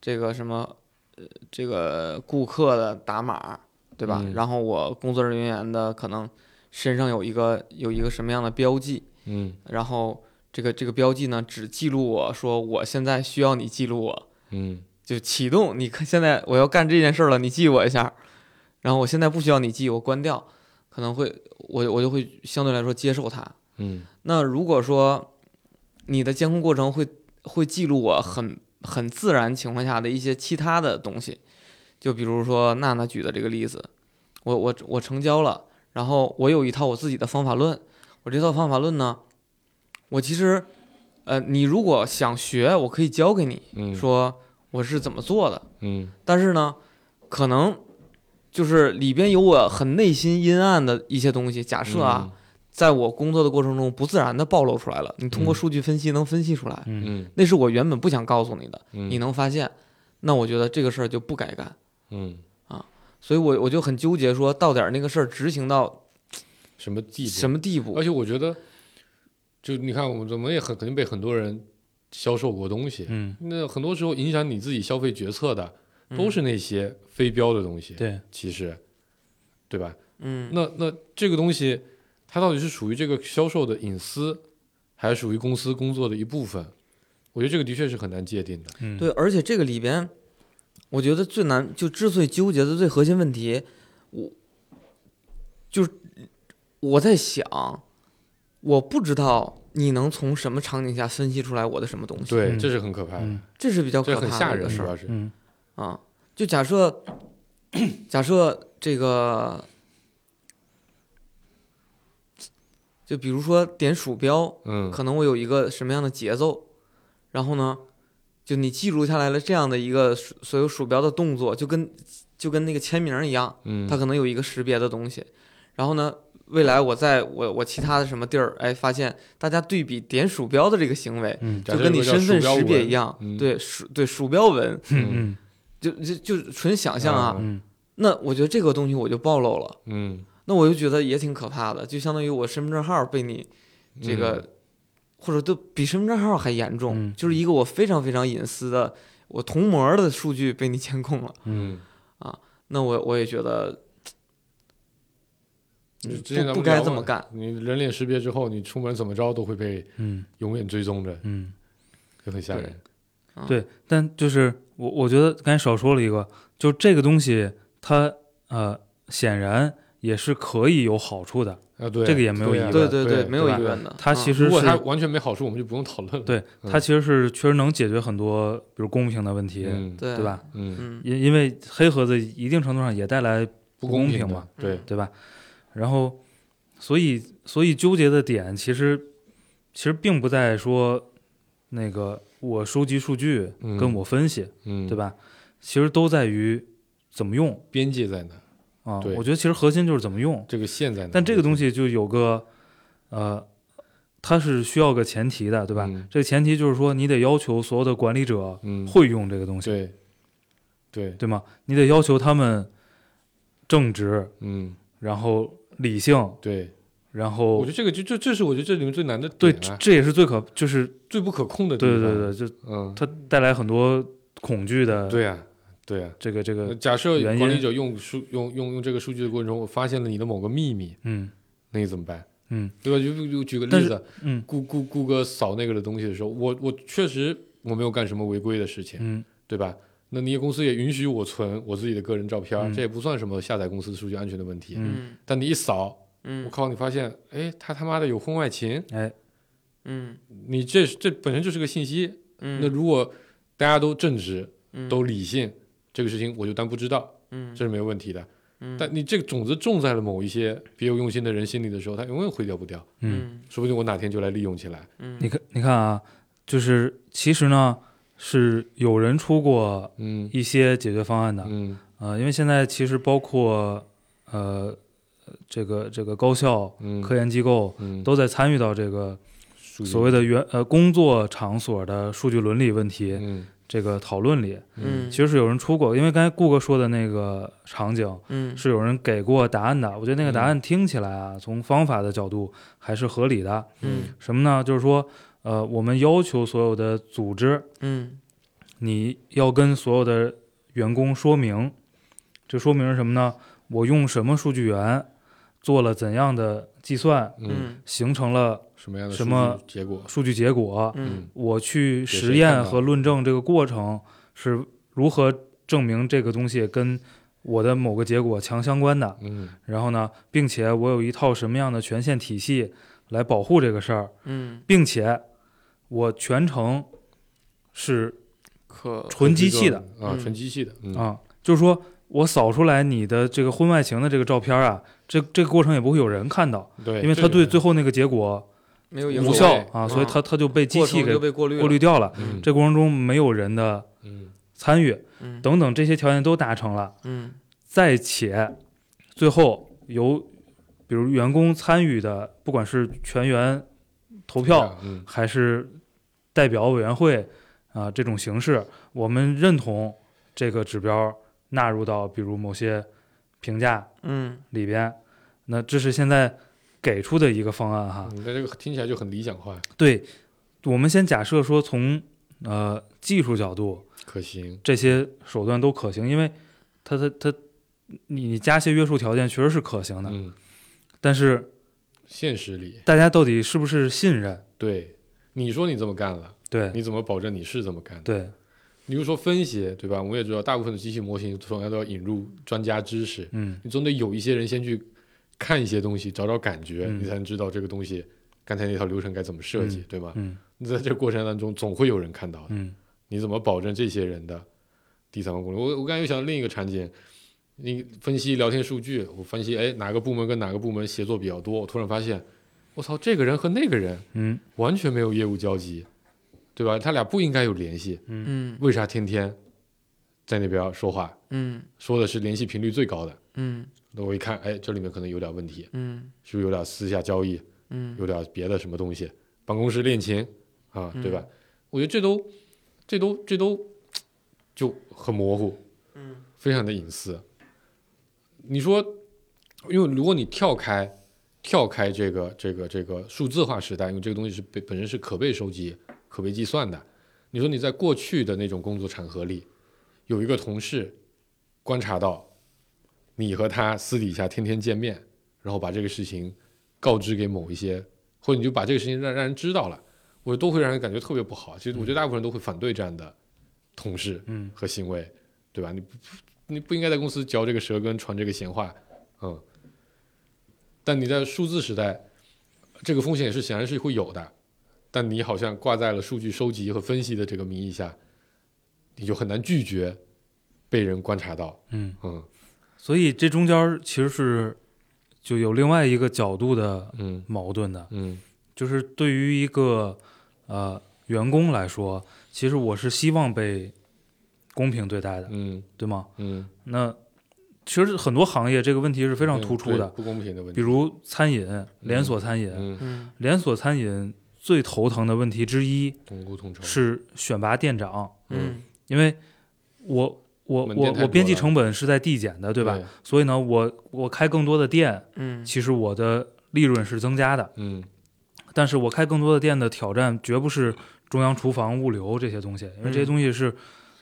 Speaker 3: 这个什么，呃，这个顾客的打码，对吧？
Speaker 5: 嗯
Speaker 3: 然后我工作人员的可能身上有一个有一个什么样的标记，
Speaker 5: 嗯
Speaker 3: 然后这个这个标记呢，只记录我说我现在需要你记录我，
Speaker 5: 嗯
Speaker 3: 就启动，你看现在我要干这件事儿了，你记我一下。然后我现在不需要你记，我关掉，可能会我我就会相对来说接受它。
Speaker 5: 嗯
Speaker 3: 那如果说你的监控过程会会记录我很很自然情况下的一些其他的东西，就比如说娜娜举的这个例子，我我我成交了，然后我有一套我自己的方法论，我这套方法论呢，我其实呃，你如果想学，我可以教给你，
Speaker 5: 嗯，
Speaker 3: 说我是怎么做的，
Speaker 5: 嗯
Speaker 3: 但是呢，可能就是里边有我很内心阴暗的一些东西，假设啊。，
Speaker 5: 嗯
Speaker 3: 在我工作的过程中不自然的暴露出来了。你通过
Speaker 5: 嗯
Speaker 3: 数据分析能分析出来，
Speaker 4: 嗯
Speaker 5: 嗯
Speaker 3: 那是我原本不想告诉你的，
Speaker 5: 嗯，
Speaker 3: 你能发现，那我觉得这个事儿就不该干。
Speaker 5: 嗯
Speaker 3: 所以我我就很纠结说，到底儿那个事儿执行到
Speaker 5: 什么地步哎
Speaker 3: 什么地步
Speaker 5: 而？且我觉得，就你看，我们我们也很肯定被很多人销售过东西。
Speaker 4: 嗯，
Speaker 5: 那很多时候影响你自己消费决策的，都
Speaker 3: 嗯
Speaker 5: 是那些非标的东西。
Speaker 4: 对，
Speaker 5: 其实，对吧？
Speaker 3: 嗯
Speaker 5: 那那这个东西，它到底是属于这个销售的隐私，还是属于公司工作的一部分？我觉得这个的确是很难界定的。
Speaker 4: 嗯，
Speaker 3: 对，而且这个里边，我觉得最难就之所以纠结的最核心问题，我就是我在想，我不知道你能从什么场景下分析出来我的什么东西，
Speaker 5: 对，
Speaker 4: 嗯
Speaker 5: 这是很可怕的，
Speaker 4: 嗯
Speaker 3: 这是比较
Speaker 5: 这
Speaker 3: 可
Speaker 5: 很
Speaker 3: 怕
Speaker 5: 吓
Speaker 3: 的一个
Speaker 5: 人，
Speaker 3: 事
Speaker 5: 主
Speaker 3: 儿。
Speaker 5: 要是。
Speaker 4: 嗯
Speaker 3: 啊，就假设假设这个，就比如说点鼠标，
Speaker 5: 嗯
Speaker 3: 可能我有一个什么样的节奏，然后呢，就你记录下来了这样的一个鼠所有鼠标的动作，就跟就跟那个签名儿一样，
Speaker 5: 嗯，
Speaker 3: 它可能有一个识别的东西，然后呢。未来我在我我其他的什么地儿，哎，发现大家对比点鼠标的这个行为，
Speaker 4: 嗯
Speaker 5: 假
Speaker 3: 就
Speaker 5: 设
Speaker 3: 跟你
Speaker 5: 有个叫
Speaker 3: 身份
Speaker 5: 鼠标
Speaker 3: 识别
Speaker 5: 纹
Speaker 3: 一样，
Speaker 5: 嗯
Speaker 3: 对鼠对鼠标纹，
Speaker 5: 嗯
Speaker 4: 嗯
Speaker 3: 就就就纯想象啊。
Speaker 4: 嗯
Speaker 3: 那我觉得这个东西我就暴露了，
Speaker 5: 嗯，
Speaker 3: 那我就觉得也挺可怕的，就相当于我身份证号被你
Speaker 5: 嗯
Speaker 3: 这个，或者都比身份证号还严重，
Speaker 4: 嗯
Speaker 3: 就是一个我非常非常隐私的我同模的数据被你监控了。
Speaker 5: 嗯，
Speaker 3: 那我我也觉得
Speaker 5: 嗯之前咱
Speaker 3: 不
Speaker 5: 们
Speaker 3: 不该
Speaker 5: 聊
Speaker 3: 这
Speaker 5: 过
Speaker 3: 么干。
Speaker 5: 你人脸识别之后，你出门怎么着都会被
Speaker 4: 嗯
Speaker 5: 永远追踪着，
Speaker 4: 嗯。
Speaker 5: 就很吓人。
Speaker 4: 对，但就是我我觉得刚才少说了一个，就这个东西它呃显然也是可以有好处的，
Speaker 5: 啊，对，
Speaker 4: 这个也没有
Speaker 5: 呀
Speaker 4: 疑
Speaker 3: 对
Speaker 4: 问
Speaker 3: 对
Speaker 5: 对，
Speaker 3: 没有
Speaker 5: 对
Speaker 3: 疑
Speaker 5: 吧
Speaker 3: 问的。
Speaker 4: 它其
Speaker 3: 实、
Speaker 4: 实
Speaker 5: 如果
Speaker 4: 是、
Speaker 5: 它完全没好处，我们就不用讨论了。
Speaker 4: 对
Speaker 5: 嗯
Speaker 4: 它其实是确实能解决很多，比如公平的问题，
Speaker 5: 嗯，
Speaker 3: 对
Speaker 4: 对？吧？
Speaker 5: 嗯，
Speaker 3: 嗯
Speaker 4: 因因为黑盒子一定程度上也带来
Speaker 5: 不
Speaker 4: 公
Speaker 5: 平
Speaker 4: 平
Speaker 5: 的
Speaker 4: 嘛，
Speaker 5: 对，
Speaker 4: 对吧？然后，所以所以纠结的点其实其实并不在说那个我收集数据
Speaker 5: 嗯
Speaker 4: 跟我分析，
Speaker 5: 嗯，
Speaker 4: 对
Speaker 5: 吧？
Speaker 4: 吧？其实都在于怎么用。
Speaker 5: 边界在哪？
Speaker 4: 啊，
Speaker 5: 对
Speaker 4: 我觉得其实核心就是怎么用。
Speaker 5: 这个线在哪？
Speaker 4: 但这个东西就有个，呃，它是需要个前提的，对吧？
Speaker 5: 嗯
Speaker 4: 这个前提就是说，你得要求所有的管理者
Speaker 5: 嗯，
Speaker 4: 会用这个东西，
Speaker 5: 对，对，
Speaker 4: 对吗？你得要求他们正直，
Speaker 5: 嗯，
Speaker 4: 然后理性，
Speaker 5: 对。
Speaker 4: 然
Speaker 5: 我
Speaker 4: 后
Speaker 5: 觉得这个就这这是我觉得这里面最难的
Speaker 4: 对，
Speaker 5: 点
Speaker 4: 这
Speaker 5: 啊，
Speaker 4: 这也是最可就是
Speaker 5: 最不可控的地
Speaker 4: 对
Speaker 5: 方。
Speaker 4: 对对，就
Speaker 5: 嗯，
Speaker 4: 它带来很多恐惧的
Speaker 5: 对呃呀，对呀。
Speaker 4: 这个这
Speaker 5: 那
Speaker 4: 个
Speaker 5: 假设
Speaker 4: 原因
Speaker 5: 管理者用数用用用这个数据的过程中，我发现了你的某个秘密，
Speaker 4: 嗯
Speaker 5: 那你怎么办？
Speaker 4: 嗯
Speaker 5: 对吧？就就就举个
Speaker 4: 但
Speaker 5: 例
Speaker 4: 是
Speaker 5: 子，
Speaker 4: 嗯
Speaker 5: 顾顾顾哥扫那个的东西的时候，我我确实我没有干什么违规的事情，
Speaker 4: 嗯
Speaker 5: 对吧？那你公司也允许我存我自己的个人照片，
Speaker 4: 嗯
Speaker 5: 这也不算什么下载公司数据安全的问题。
Speaker 4: 嗯
Speaker 3: 嗯
Speaker 5: 但你一扫，我
Speaker 3: 嗯
Speaker 5: 靠，你发现，哎，他他妈的有婚外情，
Speaker 4: 哎
Speaker 3: 嗯
Speaker 5: 你这这本身就是个信息。
Speaker 3: 嗯，
Speaker 5: 那如果大家都正直、
Speaker 3: 嗯
Speaker 5: 都理性，这个事情我就当不知道，
Speaker 3: 嗯
Speaker 5: 这是没有问题的。
Speaker 3: 嗯
Speaker 5: 但你这个种子种在了某一些别有用心的人心里的时候，他永远毁掉不掉，
Speaker 4: 嗯，
Speaker 3: 嗯
Speaker 5: 说不定我哪天就来利用起来。
Speaker 3: 嗯
Speaker 4: 你看你看啊，就是其实呢是有人出过
Speaker 5: 嗯
Speaker 4: 一些解决方案的，
Speaker 5: 嗯
Speaker 4: 呃，因为现在其实包括呃这个这个高校、
Speaker 5: 嗯，
Speaker 4: 科研机构
Speaker 5: 嗯
Speaker 4: 都在参与到这个
Speaker 5: 属于
Speaker 4: 所谓的原呃工作场所的数据伦理问题
Speaker 5: 嗯
Speaker 4: 这个讨论里，
Speaker 3: 嗯，
Speaker 4: 其实是有人出过，因为刚才顾哥说的那个场景
Speaker 3: 嗯
Speaker 4: 是有人给过答案的，我觉得那个答案听起来啊，从方法的角度还是合理的。
Speaker 3: 嗯
Speaker 4: 什么呢？就是说，呃，我们要求所有的组织，
Speaker 3: 嗯
Speaker 4: 你要跟所有的员工说明，这说明是什么呢？我用什么数据源做了怎样的计算，
Speaker 5: 嗯
Speaker 3: 嗯
Speaker 4: 形成了
Speaker 5: 什么样的
Speaker 4: 什
Speaker 5: 数
Speaker 4: 么
Speaker 5: 据结果
Speaker 4: 数据结果。
Speaker 3: 嗯
Speaker 4: 我去
Speaker 5: 谁
Speaker 4: 实
Speaker 5: 看
Speaker 4: 验
Speaker 5: 到
Speaker 4: 和论证这个过程是如何证明这个东西跟我的某个结果强相关的。
Speaker 5: 嗯
Speaker 4: 然后呢，并且我有一套什么样的权限体系来保护这个事儿，
Speaker 3: 嗯，
Speaker 4: 并且我全程是
Speaker 3: 可
Speaker 4: 纯机器的
Speaker 5: 啊
Speaker 3: 嗯
Speaker 5: 纯机器的嗯
Speaker 4: 啊、就是说我扫出来你的这个婚外情的这个照片啊，这这个过程也不会有人看到，
Speaker 5: 对，
Speaker 4: 因为他
Speaker 5: 这个
Speaker 4: 对最后那个结果
Speaker 3: 没有影
Speaker 4: 无
Speaker 3: 响
Speaker 4: 效
Speaker 5: 对
Speaker 4: 啊，
Speaker 3: 嗯
Speaker 4: 所以他他就被机
Speaker 3: 过
Speaker 4: 器
Speaker 3: 程
Speaker 4: 给
Speaker 3: 就被过滤
Speaker 4: 过滤掉了。
Speaker 5: 嗯
Speaker 4: 这过程中没有人的
Speaker 5: 嗯
Speaker 4: 参与，
Speaker 3: 嗯
Speaker 4: 等等这些条件都达成了，
Speaker 3: 嗯
Speaker 4: 再且最后由比如员工参与的，不管是全员投票。
Speaker 5: 嗯
Speaker 4: 还是代表委员会啊、这种形式，我们认同这个指标纳入到比如某些评价
Speaker 3: 嗯
Speaker 4: 里边。那这是现在给出的一个方案哈。
Speaker 5: 嗯那这个听起来就很理想化
Speaker 4: 对，我们先假设说从呃技术角度，
Speaker 5: 可行
Speaker 4: 这些手段都可行，因为它它它你你加些约束条件确实是可行的，
Speaker 5: 嗯
Speaker 4: 但是
Speaker 5: 现实里
Speaker 4: 大家到底是不是信任？
Speaker 5: 对你说你这么干了，
Speaker 4: 对
Speaker 5: 你怎么保证你是这么干的？
Speaker 4: 对，
Speaker 5: 比如说分析对吧？我们也知道大部分的机器模型从来都要引入专家知识，
Speaker 4: 嗯
Speaker 5: 你总得有一些人先去看一些东西，找找感觉，
Speaker 4: 嗯
Speaker 5: 你才能知道这个东西刚才那套流程该怎么设计，
Speaker 4: 嗯
Speaker 5: 对吧？
Speaker 4: 嗯
Speaker 5: 你在这个过程当中，总会有人看到的。
Speaker 4: 嗯
Speaker 5: 你怎么保证这些人的第三方功能？我我刚才又想到另一个场景，你分析聊天数据，我分析哎哪个部门跟哪个部门协作比较多，我突然发现，我操，这个人和那个人
Speaker 4: 嗯
Speaker 5: 完全没有业务交集，对吧？他俩不应该有联系，
Speaker 3: 嗯
Speaker 5: 为啥天天在那边说话？
Speaker 3: 嗯
Speaker 5: 说的是联系频率最高的。
Speaker 3: 嗯
Speaker 5: 那我一看，哎，这里面可能有点问题，
Speaker 3: 嗯
Speaker 5: 是不是有点私下交易，
Speaker 3: 嗯
Speaker 5: 有点别的什么东西？办公室恋情啊，
Speaker 3: 嗯
Speaker 5: 对吧？我觉得这都，这都，这都就很模糊，嗯，非常的隐私。你说，因为如果你跳开，跳开这个这个这个数字化时代，因为这个东西是被本身是可被收集、可被计算的。你说你在过去的那种工作场合里，有一个同事观察到你和他私底下天天见面，然后把这个事情告知给某一些，或者你就把这个事情让让人知道了，我都会让人感觉特别不好。其实我觉得大部分人都会反对这样的同事
Speaker 4: 嗯
Speaker 5: 和行为，对吧？你不你不应该在公司嚼这个舌根，传这个闲话，嗯。但你在数字时代，这个风险也是显然是会有的，但你好像挂在了数据收集和分析的这个名义下，你就很难拒绝被人观察到，
Speaker 4: 嗯。
Speaker 5: 嗯
Speaker 4: 所以这中间儿其实是就有另外一个角度的
Speaker 5: 嗯
Speaker 4: 矛盾的，
Speaker 5: 嗯
Speaker 4: 就是对于一个呃员工来说，其实我是希望被公平对待的，
Speaker 5: 嗯
Speaker 4: 对吗？
Speaker 5: 嗯，
Speaker 4: 那其实很多行业这个问题是非常突出
Speaker 5: 对
Speaker 4: 的，
Speaker 5: 不公平的问题，
Speaker 4: 比如餐饮、连锁餐饮，
Speaker 5: 嗯，
Speaker 3: 嗯
Speaker 4: 连锁餐饮最头疼的问题之一
Speaker 5: 同工同酬，
Speaker 4: 是选拔店长，
Speaker 3: 嗯
Speaker 4: 因为我我
Speaker 5: 门店
Speaker 4: 我
Speaker 5: 太多
Speaker 4: 我边际
Speaker 5: 了
Speaker 4: 成本是在递减的，对
Speaker 5: 对
Speaker 4: 吧？？所以呢，我我开更多的店。
Speaker 3: 嗯
Speaker 4: 其实我的利润是增加的，
Speaker 5: 嗯
Speaker 4: 但是我开更多的店的挑战绝不是中央厨房、物流这些东西，因为这些东西是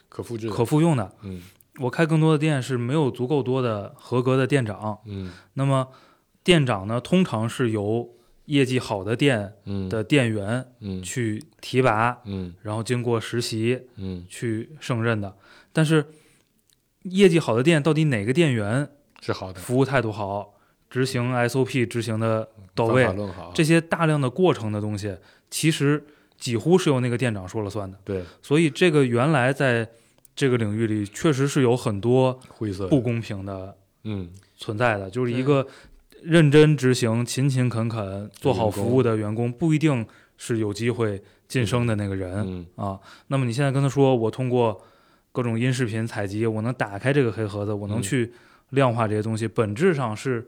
Speaker 5: 可复制的，
Speaker 4: 可复用的。
Speaker 5: 嗯
Speaker 4: 我开更多的店是没有足够多的合格的店长，
Speaker 5: 嗯
Speaker 4: 那么店长呢，通常是由业绩好的店
Speaker 5: 嗯
Speaker 4: 的店员
Speaker 5: 嗯
Speaker 4: 去提拔，
Speaker 5: 嗯
Speaker 4: 然后经过实习
Speaker 5: 嗯，
Speaker 4: 去胜任的。但是业绩好的店到底哪个店员
Speaker 5: 是好的，
Speaker 4: 服务态度好，执行 SOP 执行的到
Speaker 5: 方
Speaker 4: 位
Speaker 5: 嗯法，论好，啊
Speaker 4: 这些大量的过程的东西，其实几乎是由那个店长说了算的。
Speaker 5: 对
Speaker 4: 所以这个原来在这个领域里，确实是有很多
Speaker 5: 灰色的
Speaker 4: 不，公平的
Speaker 5: 嗯
Speaker 4: 存在的，就是一个认真执行、勤勤恳恳做好服务的员工，不一定是有机会晋升的那个人。
Speaker 5: 嗯
Speaker 4: 啊。那么你现在跟他说，我通过各种音视频采集，我能打开这个黑盒子，我能
Speaker 5: 嗯
Speaker 4: 去量化这些东西，本质上是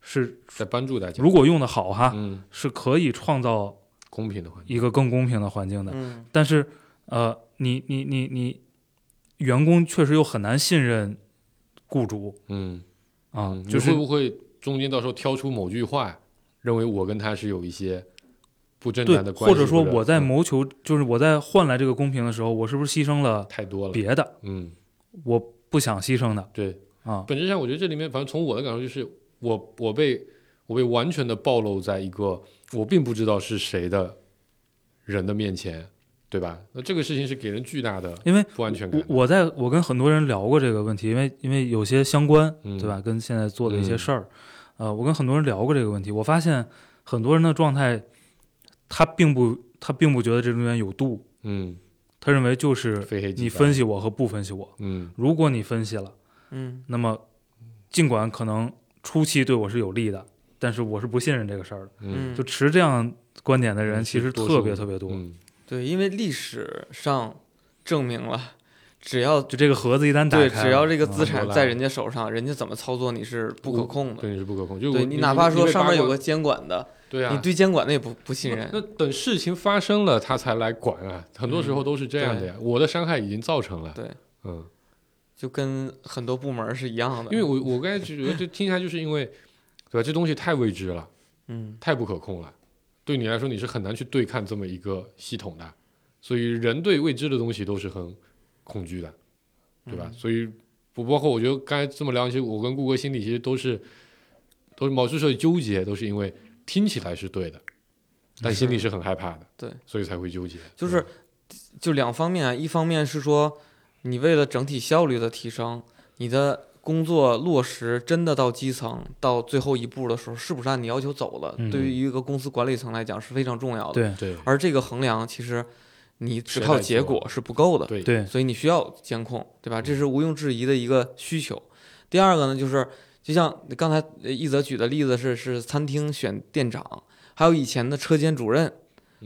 Speaker 4: 是，
Speaker 5: 在帮助大家。
Speaker 4: 如果啊用的好哈，
Speaker 5: 嗯，
Speaker 4: 是可以创造
Speaker 5: 公平的环境，
Speaker 4: 一个更公平的环境的。
Speaker 3: 嗯
Speaker 4: 但是呃，你你你你，员工确实又很难信任雇主
Speaker 5: 嗯
Speaker 4: 啊，
Speaker 5: 嗯
Speaker 4: 就
Speaker 5: 你
Speaker 4: 是
Speaker 5: 会不会中间到时候挑出某句话，认为我跟他是有一些不正
Speaker 4: 对
Speaker 5: 当的，关
Speaker 4: 或
Speaker 5: 系，
Speaker 4: 者说我在
Speaker 5: 嗯
Speaker 4: 谋求，就是我在换来这个公平的时候，我是不是牺牲了
Speaker 5: 太多了，
Speaker 4: 别的？
Speaker 5: 嗯，
Speaker 4: 我不想牺牲的
Speaker 5: 对，
Speaker 4: 啊，
Speaker 5: 本质上，我觉得这里面，反正从我的感受就是，我我被我被完全的暴露在一个我并不知道是谁的人的面前，对吧？那这个事情是给人巨大的
Speaker 4: 因为
Speaker 5: 不安全感
Speaker 4: 我
Speaker 5: 的。
Speaker 4: 我在我跟很多人聊过这个问题，因为因为有些相关，
Speaker 5: 嗯
Speaker 4: 对吧？跟现在做的一些事儿，呃，我跟很多人聊过这个问题，我发现很多人的状态，他并不他并不觉得这中间有度，
Speaker 5: 嗯，
Speaker 4: 他认为就是
Speaker 5: 非黑即白
Speaker 4: 你分，析我和不分析我。
Speaker 5: 嗯
Speaker 4: 如果你分析了，
Speaker 3: 嗯
Speaker 4: 那么尽管可能初期对我是有利的，但是我是不信任这个事儿的。
Speaker 5: 嗯，
Speaker 4: 就持这样观点的人
Speaker 5: 嗯
Speaker 4: 其实
Speaker 5: 是多
Speaker 4: 特
Speaker 5: 数
Speaker 4: 别
Speaker 5: 的
Speaker 4: 特别多。
Speaker 5: 嗯
Speaker 3: 对，因为历史上证明了，只要
Speaker 4: 就这个盒子一旦打开
Speaker 3: 对，
Speaker 4: 了，
Speaker 3: 只要这个
Speaker 4: 嗯
Speaker 3: 资产
Speaker 5: 多
Speaker 3: 在
Speaker 5: 大
Speaker 3: 人家手上，人家怎么操作你是不可控的。
Speaker 5: 对你是不可控。嗯就
Speaker 3: 对
Speaker 5: 你
Speaker 3: 你哪怕说
Speaker 5: 被
Speaker 3: 上面
Speaker 5: 八
Speaker 3: 有
Speaker 5: 卦
Speaker 3: 个，监管的，
Speaker 5: 对啊，
Speaker 3: 你对监管的也不不信任
Speaker 5: 那。那等事情发生了，他才来管啊。很多时候都是这样的呀，我的伤害已经造成了。
Speaker 3: 嗯对，
Speaker 5: 嗯，
Speaker 3: 就跟很多部门是一样的。
Speaker 5: 因为我我刚才就觉得这听起来就是因为，对吧？这东西太未知了。
Speaker 3: 嗯
Speaker 5: 太不可控了。对你来说，你是很难去对抗这么一个系统的，所以人对未知的东西都是很恐惧的，
Speaker 3: 嗯
Speaker 5: 对吧？所以不包括我觉得刚才这么聊，其实我跟顾哥心里其实都是都是某之所以纠结，都是因为听起来是对的，但心里是很害怕的，
Speaker 3: 对，
Speaker 5: 所以才会纠结。
Speaker 3: 就是就两方面啊，一方面是说你为了整体效率的提升，你的工作落实真的到基层到最后一步的时候，是不是按你要求走了，
Speaker 4: 嗯
Speaker 3: 对于一个公司管理层来讲是非常重要的。，
Speaker 4: 对
Speaker 5: 对
Speaker 3: 而这个衡量其实你只
Speaker 5: 谁
Speaker 3: 靠
Speaker 5: 来
Speaker 3: 结
Speaker 5: 做
Speaker 3: 果是不够的。
Speaker 5: 对
Speaker 4: 对
Speaker 3: 所以你需要监控，对吧？这是毋庸置疑的一个需求。第二个呢，就是就像刚才呃一泽举的例子是是餐厅选店长，还有以前的车间主任，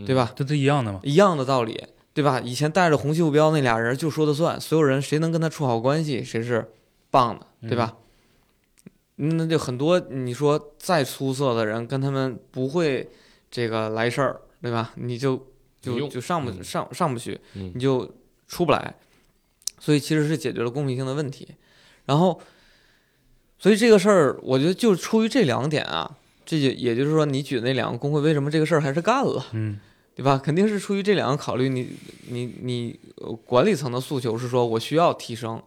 Speaker 3: 对？吧？
Speaker 4: 这都一样的嘛。
Speaker 3: 一样的道理，对吧？以前带着红袖标那俩人就说的算，所有人谁能跟他处好关系，谁是棒
Speaker 5: 嗯
Speaker 3: 的，对吧？那就很多你说再出色的人，跟他们不会这个来事儿，对吧？你就
Speaker 5: 没
Speaker 3: 就
Speaker 5: 用
Speaker 3: 就上不
Speaker 5: 嗯
Speaker 3: 上上不去，
Speaker 5: 嗯
Speaker 3: 你就出不来，所以其实是解决了公平性的问题。然后，所以这个事儿，我觉得就出于这两点啊，这就也就是说，你举那两个工会，为什么这个事儿还是干了？
Speaker 4: 嗯，
Speaker 3: 对吧？肯定是出于这两个考虑，你你你、呃管理层的诉求是说我需要提升，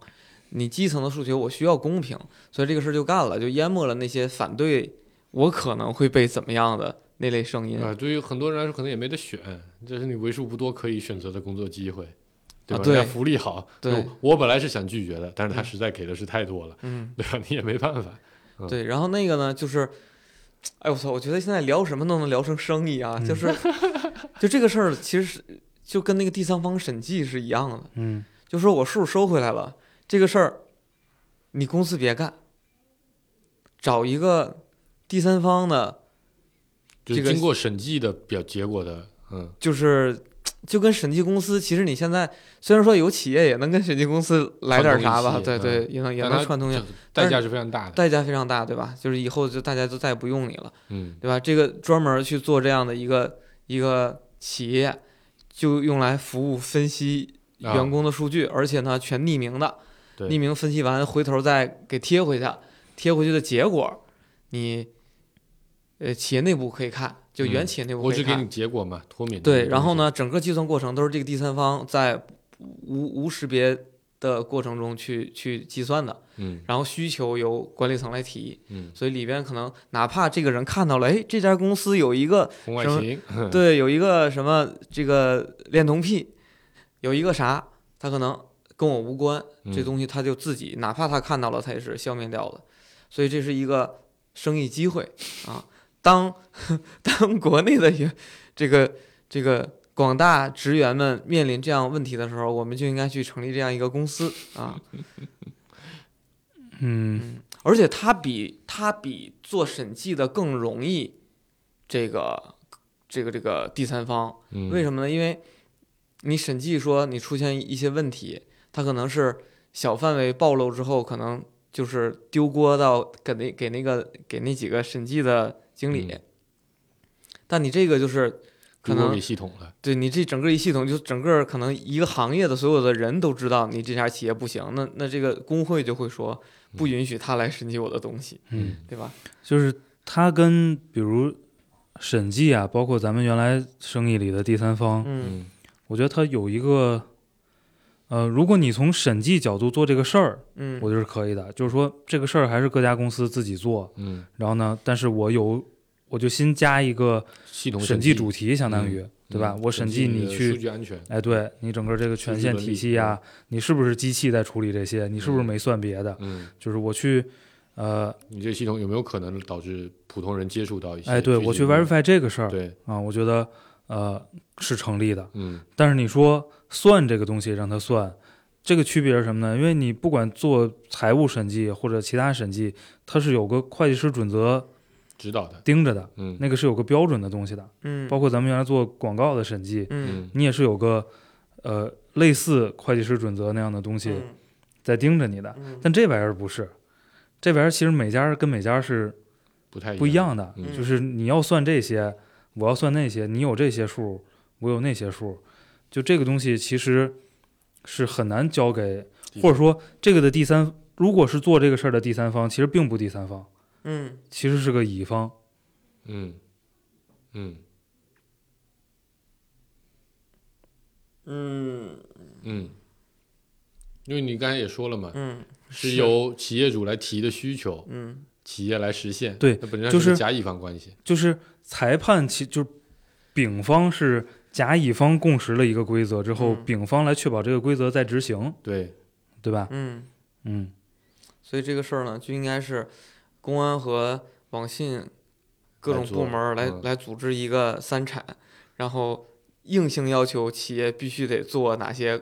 Speaker 3: 你基层的诉求我需要公平，所以这个事儿就干了，就淹没了那些反对我可能会被怎么样的那类声音。嗯
Speaker 5: 啊，对于很多人来说，可能也没得选，这是你为数不多可以选择的工作机会，对吧？
Speaker 3: 啊对
Speaker 5: 人家福利好，
Speaker 3: 对
Speaker 5: 我我本来是想拒绝的，但是他实在给的是太多了，
Speaker 3: 嗯，
Speaker 5: 对吧？你也没办法。
Speaker 3: 对。然后那个呢，就是，哎我操，我觉得现在聊什么都能聊成生意啊，就是，就这个事儿其实是就跟那个第三方审计是一样的，
Speaker 4: 嗯，
Speaker 3: 就说我数收回来了，这个事儿你公司别干，找一个第三方的，
Speaker 5: 就是
Speaker 3: 这个
Speaker 5: 经过审计的表结果的，嗯，
Speaker 3: 就是就跟审计公司，其实你现在虽然说有企业也能跟审计公司来点啥吧，
Speaker 5: 串通
Speaker 3: 对
Speaker 5: 一起嗯
Speaker 3: 对，也能也
Speaker 5: 但
Speaker 3: 能
Speaker 5: 它
Speaker 3: 串通一下，但
Speaker 5: 代
Speaker 3: 是
Speaker 5: 价是非常大的，
Speaker 3: 代价非常大，对吧？就是以后就大家都再也不用你了，
Speaker 5: 嗯
Speaker 3: 对吧？这个专门去做这样的一个一个企业，就用来服务分析
Speaker 5: 啊
Speaker 3: 员工的数据，而且呢全匿名的，
Speaker 5: 对
Speaker 3: 匿名分析完，回头再给贴回去，贴回去的结果，你呃企业内部可以看，就原
Speaker 5: 嗯
Speaker 3: 企业内部
Speaker 5: 我
Speaker 3: 可以
Speaker 5: 只给
Speaker 3: 看。
Speaker 5: 你结果嘛，脱敏的
Speaker 3: 对，
Speaker 5: 东西
Speaker 3: 然后？呢，整个计算过程都是这个第三方在无无识别的过程中去去计算的，
Speaker 5: 嗯
Speaker 3: 然后需求由管理层来提，
Speaker 5: 嗯，
Speaker 3: 所以里边可能哪怕这个人看到了，哎，这家公司有一个
Speaker 5: 红外
Speaker 3: 什么
Speaker 5: 形，
Speaker 3: 对，有一个什么这个恋童癖，有一个啥，他可能跟我无关，这
Speaker 5: 嗯
Speaker 3: 东西他就自己，哪怕他看到了，他也是消灭掉的。所以这是一个生意机会啊。当 当国内的员这个这个广大职员们面临这样问题的时候，我们就应该去成立这样一个公司啊。
Speaker 4: 嗯，
Speaker 3: 而且它比它比做审计的更容易，这个这个这个第三方。
Speaker 5: 嗯，
Speaker 3: 为什么呢？因为你审计说你出现一些问题，它可能是小范围暴露之后，可能就是丢锅到给那给那个给那几个审计的经理。
Speaker 5: 嗯
Speaker 3: 但你这个就是可
Speaker 5: 中国
Speaker 3: 能
Speaker 5: 给系统了，
Speaker 3: 对你这整个一系统，就整个可能一个行业的所有的人都知道你这家企业不行，那那这个工会就会说不允许他来审计我的东西，
Speaker 4: 嗯，
Speaker 3: 对吧？
Speaker 4: 就是它跟比如审计啊，包括咱们原来生意里的第三方，
Speaker 3: 嗯
Speaker 5: 嗯
Speaker 4: 我觉得它有一个，呃，如果你从审计角度做这个事儿，
Speaker 3: 嗯，
Speaker 4: 我觉得是可以的。就是说这个事儿还是各家公司自己做，
Speaker 5: 嗯，
Speaker 4: 然后呢，但是我有我就新加一个
Speaker 5: 系统
Speaker 4: 审
Speaker 5: 计
Speaker 4: 计主题，相当于、对吧？
Speaker 5: 嗯
Speaker 4: 我审计
Speaker 5: 你
Speaker 4: 你
Speaker 5: 的
Speaker 4: 去
Speaker 5: 数据安全，
Speaker 4: 哎，对你整个这个权
Speaker 5: 据
Speaker 4: 限
Speaker 5: 伦
Speaker 4: 体
Speaker 5: 理
Speaker 4: 系呀、你是不是机器在处理这些？你是不是
Speaker 5: 嗯
Speaker 4: 没算别的？
Speaker 5: 嗯，
Speaker 4: 就是我去，呃，
Speaker 5: 你这系统有没有可能导致普通人接触到一些？
Speaker 4: 哎，对我去 verify 这个事儿
Speaker 5: 对，
Speaker 4: 啊，我觉得呃是成立的。
Speaker 5: 嗯
Speaker 4: 但是你说算这个东西让它算，这个区别是什么呢？因为你不管做财务审计或者其他审计，它是有个会计师准则
Speaker 5: 指导的，
Speaker 4: 盯着的，
Speaker 5: 嗯
Speaker 4: 那个是有个标准的东西的。
Speaker 3: 嗯，
Speaker 4: 包括咱们原来做广告的审计，
Speaker 3: 嗯
Speaker 5: 嗯
Speaker 4: 你也是有个呃类似会计师准则那样的东西。
Speaker 3: 嗯
Speaker 4: 在盯着你的。
Speaker 3: 嗯
Speaker 4: 但这玩意儿不是，这玩意儿其实每家跟每家是
Speaker 5: 不太
Speaker 4: 不一，样的，
Speaker 5: 嗯
Speaker 4: 就是你要算这些，我要算那些，你有这些数，我有那些数，就这个东西其实是很难交给，
Speaker 5: 第三
Speaker 4: 或者说这个的第三，如果是做这个事儿的第三方，其实并不第三方，
Speaker 3: 嗯
Speaker 4: 其实是个乙方。
Speaker 5: 嗯嗯
Speaker 3: 嗯
Speaker 5: 嗯，因为你刚才也说了嘛，
Speaker 3: 嗯，
Speaker 5: 是由企业主来提的需求，
Speaker 3: 嗯
Speaker 5: 企业来实现，
Speaker 4: 对
Speaker 5: 那本质
Speaker 4: 就
Speaker 5: 上是
Speaker 4: 是
Speaker 5: 个甲乙方关系，
Speaker 4: 就是裁判其就是丙方是甲乙方共识了一个规则之后，
Speaker 3: 嗯
Speaker 4: 丙方来确保这个规则在执行，
Speaker 5: 对，
Speaker 4: 对吧？
Speaker 3: 嗯，
Speaker 4: 嗯
Speaker 3: 所以这个事儿呢，就应该是公安和网信各种
Speaker 5: 来做
Speaker 3: 部门儿来
Speaker 5: 嗯
Speaker 3: 来组织一个三产，然后硬性要求企业必须得做哪些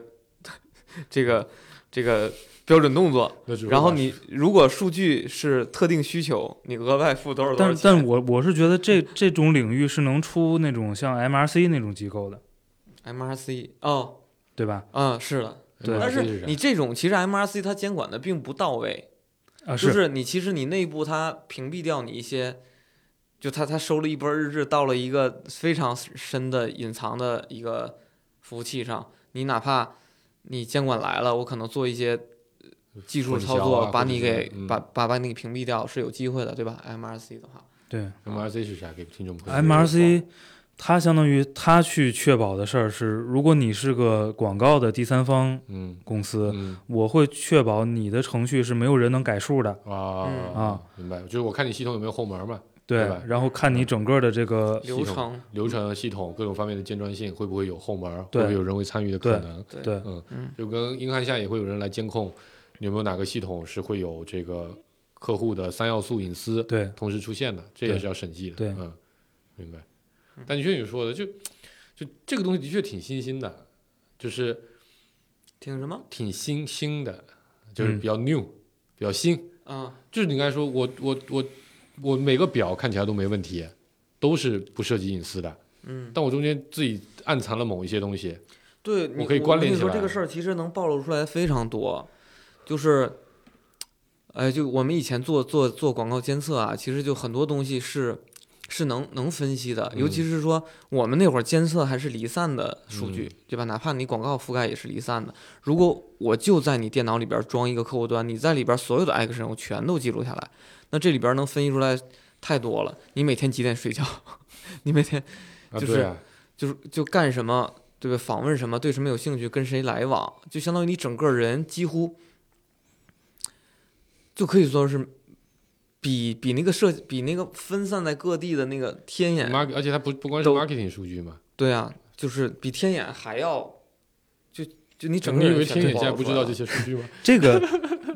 Speaker 3: 这个这个标准动作。
Speaker 5: 那只不过
Speaker 3: 然后你如果数据是特定需求，你额外付多少多少
Speaker 4: 但
Speaker 3: 钱？
Speaker 4: 但我我是觉得这这种领域是能出那种像 MRC 那种机构的，
Speaker 3: MRC 哦，
Speaker 4: 对吧？
Speaker 3: 嗯，是的，
Speaker 4: 对
Speaker 5: 哎
Speaker 3: 但
Speaker 5: 这是
Speaker 3: 是
Speaker 5: 啥
Speaker 3: 你这种其实 MRC 它监管的并不到位，
Speaker 4: 啊，
Speaker 3: 就，是你其实你内部它屏蔽掉你一些，就它它收了一波日志到了一个非常深的隐藏的一个服务器上，你哪怕你监管来了，我可能做一些技术
Speaker 5: 混淆
Speaker 3: 操
Speaker 5: 啊
Speaker 3: 作，把
Speaker 5: 或者
Speaker 3: 你
Speaker 5: 是
Speaker 3: 给、
Speaker 5: 嗯
Speaker 3: 把把把你给屏蔽掉是有机会的，对吧？MRC 的话，
Speaker 4: 对
Speaker 5: MRC 是啥？给听众朋友们
Speaker 4: MRC，它相当于它去确保的事儿是，如果你是个广告的第三方
Speaker 5: 嗯
Speaker 4: 公司，
Speaker 5: 嗯
Speaker 4: 我会确保你的程序是没有人能改数的，
Speaker 5: 啊
Speaker 3: 嗯
Speaker 4: 啊，
Speaker 5: 明白，就是我看你系统有没有后门嘛，对吧嗯
Speaker 4: 然后看你整个的这个，
Speaker 3: 流程，
Speaker 5: 流程、系统各种方面的尖端性会不会有后门，会
Speaker 4: 对
Speaker 5: 不会有人为参与的可能？
Speaker 3: 对
Speaker 4: 对
Speaker 3: 嗯
Speaker 5: 就跟英汉下也会有人来监控，你有没有哪个系统是会有这个客户的三要素隐私
Speaker 4: 对
Speaker 5: 同时出现的，这也是要审计的。
Speaker 4: 对
Speaker 5: 嗯，明白。但的确你说的，就就这个东西的确挺新兴的，就是
Speaker 3: 听什么？
Speaker 5: 挺新兴的，就是
Speaker 4: 嗯
Speaker 5: 比较 new，、比较新。
Speaker 3: 嗯
Speaker 5: 就是你刚才说，我我我我每个表看起来都没问题，都是不涉及隐私的，
Speaker 3: 嗯，
Speaker 5: 但我中间自己暗藏了某一些东西。
Speaker 3: 对，你
Speaker 5: 我可以关
Speaker 3: 我跟
Speaker 5: 联
Speaker 3: 你
Speaker 5: 起
Speaker 3: 说
Speaker 5: 来
Speaker 3: 这个事儿其实能暴露出来非常多，就是，哎，就我们以前做做做广告监测啊，其实就很多东西是是能能分析的，尤
Speaker 5: 嗯
Speaker 3: 其是说我们那会儿监测还是离散的数
Speaker 5: 嗯
Speaker 3: 据，对吧？哪怕你广告覆盖也是离散的。如果我就在你电脑里边装一个客户端，你在里边所有的 action 我全都记录下来，那这里边能分析出来太多了。你每天几点睡觉？ 你每天
Speaker 5: 啊
Speaker 3: 就是
Speaker 5: 对啊，
Speaker 3: 就是就干什么，对吧？访问什么，对什么有兴趣，跟谁来往，就相当于你整个人几乎就可以说是比比那个设比那个分散在各地的那个天眼，
Speaker 5: market，而且它不不光是
Speaker 3: 都
Speaker 5: marketing 数据嘛，
Speaker 3: 对啊，就是比天眼还要就就你整个
Speaker 5: 你以
Speaker 3: 人
Speaker 5: 为
Speaker 3: 全
Speaker 5: 天眼
Speaker 3: 都
Speaker 5: 现在
Speaker 3: 暴露
Speaker 5: 不
Speaker 3: 出
Speaker 5: 知
Speaker 3: 来
Speaker 5: 道
Speaker 3: 了
Speaker 5: 这些数据吗？
Speaker 4: 这个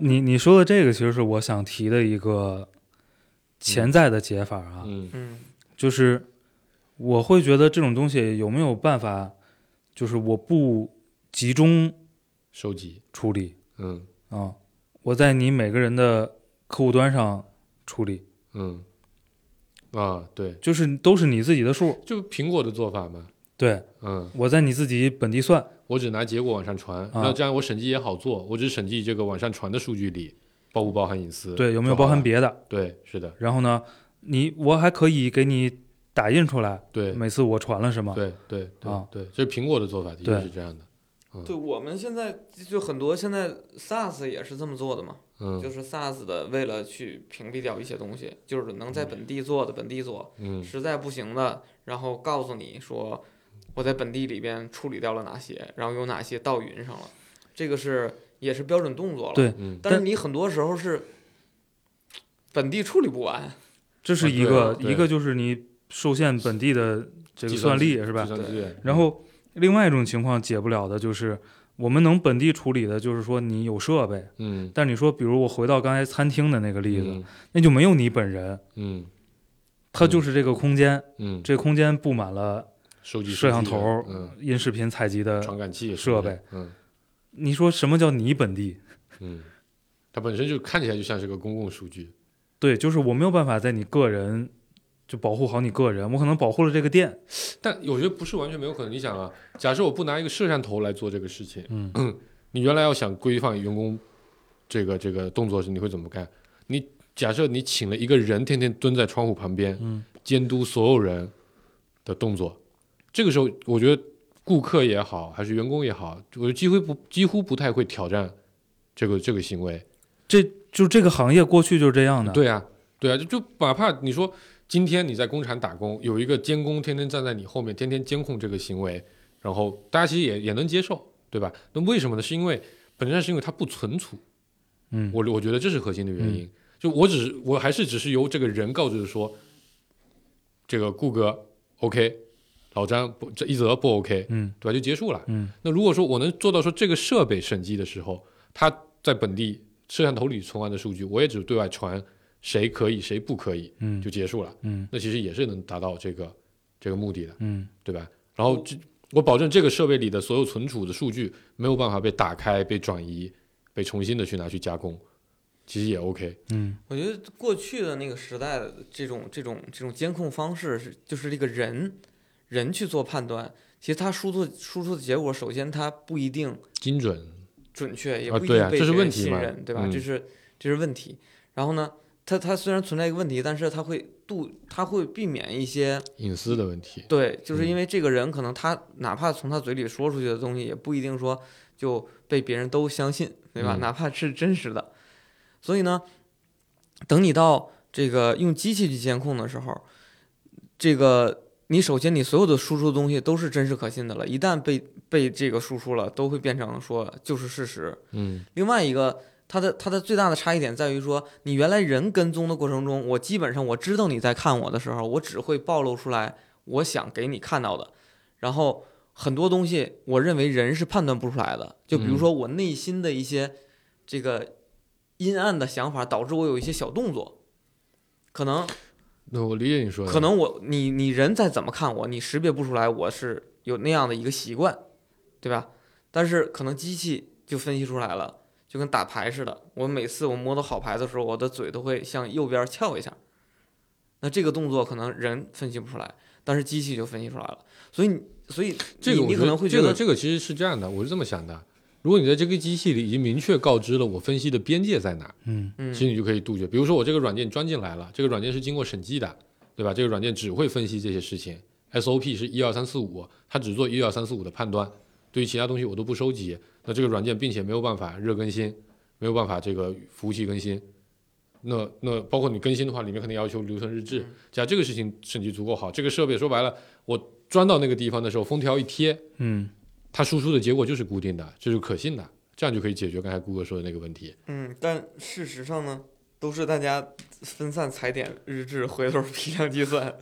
Speaker 4: 你你说的这个其实是我想提的一个潜在的解法啊，
Speaker 5: 嗯
Speaker 3: 嗯
Speaker 4: 就是我会觉得这种东西有没有办法，就是我不集中
Speaker 5: 收集，
Speaker 4: 处理
Speaker 5: 嗯
Speaker 4: 啊，我在你每个人的客户端上处理，
Speaker 5: 嗯啊，对，
Speaker 4: 就是都是你自己的数。
Speaker 5: 就苹果的做法嘛，
Speaker 4: 对
Speaker 5: 嗯，
Speaker 4: 我在你自己本地算，
Speaker 5: 我只拿结果往上传，
Speaker 3: 啊
Speaker 5: 那、这样我审计也好做，我只审计这个往上传的数据里包不包含隐私，
Speaker 4: 对，有没有包含？别的？
Speaker 5: 对，是的，
Speaker 4: 然后呢，你我还可以给你打印出来，
Speaker 5: 对，
Speaker 4: 每次我传了什么？
Speaker 5: 对对对、
Speaker 4: 啊
Speaker 5: 对，这是苹果的做法，的确
Speaker 4: 对
Speaker 5: 是这样的，
Speaker 3: 对我们现在就很多现在 SaaS 也是这么做的嘛，就
Speaker 5: 嗯
Speaker 3: 是 SaaS 的为了去屏蔽掉一些东西，就是能在本地做的本地做，
Speaker 5: 嗯
Speaker 3: 实在不行的，然后告诉你说我在本地里边处理掉了哪些，然后有哪些到云上了，这个是也是标准动作了。
Speaker 4: 对
Speaker 5: 嗯，
Speaker 3: 但是你很多时候是本地处理不完，
Speaker 4: 这是一
Speaker 5: 啊
Speaker 4: 个
Speaker 5: 对啊对
Speaker 4: 一个就是你受限本地的这个算力是吧
Speaker 5: 计？算资源，
Speaker 4: 然后另外一种情况解不了的就是我们能本地处理的，就是说你有设备，
Speaker 5: 嗯，
Speaker 4: 但你说比如我回到刚才餐厅的那个例子，
Speaker 5: 嗯
Speaker 4: 那就没有你本人，
Speaker 5: 嗯
Speaker 4: 它就是这个空间，
Speaker 5: 嗯，
Speaker 4: 这空间布满了
Speaker 5: 收集数
Speaker 4: 摄像
Speaker 5: 据
Speaker 4: 头、
Speaker 5: 嗯，
Speaker 4: 音视频采集
Speaker 5: 传
Speaker 4: 的。
Speaker 5: 感器
Speaker 4: 设
Speaker 5: 什么的，嗯
Speaker 4: 你说什么叫你本地？
Speaker 5: 嗯，它本身就看起来就像是个公共数据，
Speaker 4: 对，就是我没有办法在你个人就保护好你个人，我可能保护了这个店，
Speaker 5: 但我觉得不是完全没有可能。你想啊，假设我不拿一个摄像头来做这个事情，
Speaker 4: 嗯，
Speaker 5: 你原来要想规范员工这个这个动作时，你会怎么干？你假设你请了一个人天天蹲在窗户旁边，
Speaker 4: 嗯，
Speaker 5: 监督所有人的动作，这个时候我觉得顾客也好，还是员工也好，我就几乎不几乎不太会挑战这个这个行为。
Speaker 4: 这就这个行业过去就是这样的。
Speaker 5: 对啊，对啊，就就哪怕你说今天你在工厂打工，有一个监工天天站在你后面，天天监控这个行为，然后大家其实也也能接受，对吧？那为什么呢？是因为本质上是因为它不存储，
Speaker 4: 嗯
Speaker 5: 我我觉得这是核心的原因。就我只是我还是只是由这个人告知说，这个顾哥 OK，老张不这一则不 OK，
Speaker 4: 嗯
Speaker 5: 对吧？就结束了。
Speaker 4: 嗯，
Speaker 5: 那如果说我能做到说这个设备审计的时候，它在本地摄像头里存完的数据，我也只对外传谁可以谁不可以
Speaker 4: 嗯
Speaker 5: 就结束了，
Speaker 4: 嗯
Speaker 5: 那其实也是能达到这个这个目的的，
Speaker 4: 嗯
Speaker 5: 对吧？然后这我保证这个设备里的所有存储的数据没有办法被打开、被转移、被重新的去拿去加工，其实也 OK。
Speaker 4: 嗯
Speaker 3: 我觉得过去的那个时代的这种这种这种监控方式是，就是这个人人去做判断，其实他输出输出的结果，首先它不一定
Speaker 5: 精准，
Speaker 3: 准确，也
Speaker 5: 啊
Speaker 3: 不一
Speaker 5: 对
Speaker 3: 定
Speaker 5: 啊
Speaker 3: 被
Speaker 5: 这是
Speaker 3: 别人
Speaker 5: 问题
Speaker 3: 信
Speaker 5: 嘛
Speaker 3: 任，对吧？
Speaker 5: 嗯
Speaker 3: 这是这是问题。然后呢，它它虽然存在一个问题，但是它会度，它会避免一些
Speaker 5: 隐私的问题，
Speaker 3: 对，就是
Speaker 5: 嗯
Speaker 3: 因为这个人可能他哪怕从他嘴里说出去的东西，也不一定说就被别人都相信，对吧？
Speaker 5: 嗯
Speaker 3: 哪怕是真实的，所以呢，等你到这个用机器去监控的时候，这个你首先你所有的输出的东西都是真实可信的了，一旦被被这个输出了，都会变成说就是事实。
Speaker 5: 嗯
Speaker 3: 另外一个。它的它的最大的差异点在于说，你原来人跟踪的过程中，我基本上我知道你在看我的时候，我只会暴露出来我想给你看到的，然后很多东西我认为人是判断不出来的，就比如
Speaker 5: 嗯
Speaker 3: 说我内心的一些这个阴暗的想法，导致我有一些小动作，可能
Speaker 5: 那我理解你说的，
Speaker 3: 可能我你你人再怎么看我，你识别不出来我是有那样的一个习惯，对吧？但是可能机器就分析出来了，就跟打牌似的。我每次我摸到好牌的时候，我的嘴都会向右边翘一下。那这个动作可能人分析不出来，但是机器就分析出来了。所以你，所以
Speaker 5: 这个
Speaker 3: 你
Speaker 5: 我
Speaker 3: 你可能会
Speaker 5: 这
Speaker 3: 得
Speaker 5: 个这个其实是这样的，我是这么想的。如果你在这个机器里已经明确告知了我分析的边界在哪，
Speaker 4: 嗯
Speaker 3: 嗯
Speaker 5: 其实你就可以杜绝。比如说我这个软件装进来了，这个软件是经过审计的，对吧？这个软件只会分析这些事情，SOP 是一二三四五，它只做一二三四五的判断，对于其他东西我都不收集。那这个软件并且没有办法热更新，没有办法这个服务器更新。那那包括你更新的话，里面肯定要求留存日志
Speaker 3: 嗯。
Speaker 5: 假如这个事情审计足够好，这个设备说白了，我装到那个地方的时候，封条一贴，
Speaker 4: 嗯
Speaker 5: 它输出的结果就是固定的，这是可信的，这样就可以解决刚才顾哥说的那个问题。
Speaker 3: 嗯，但事实上呢，都是大家分散踩点日志，回头批量计算。
Speaker 5: 啊，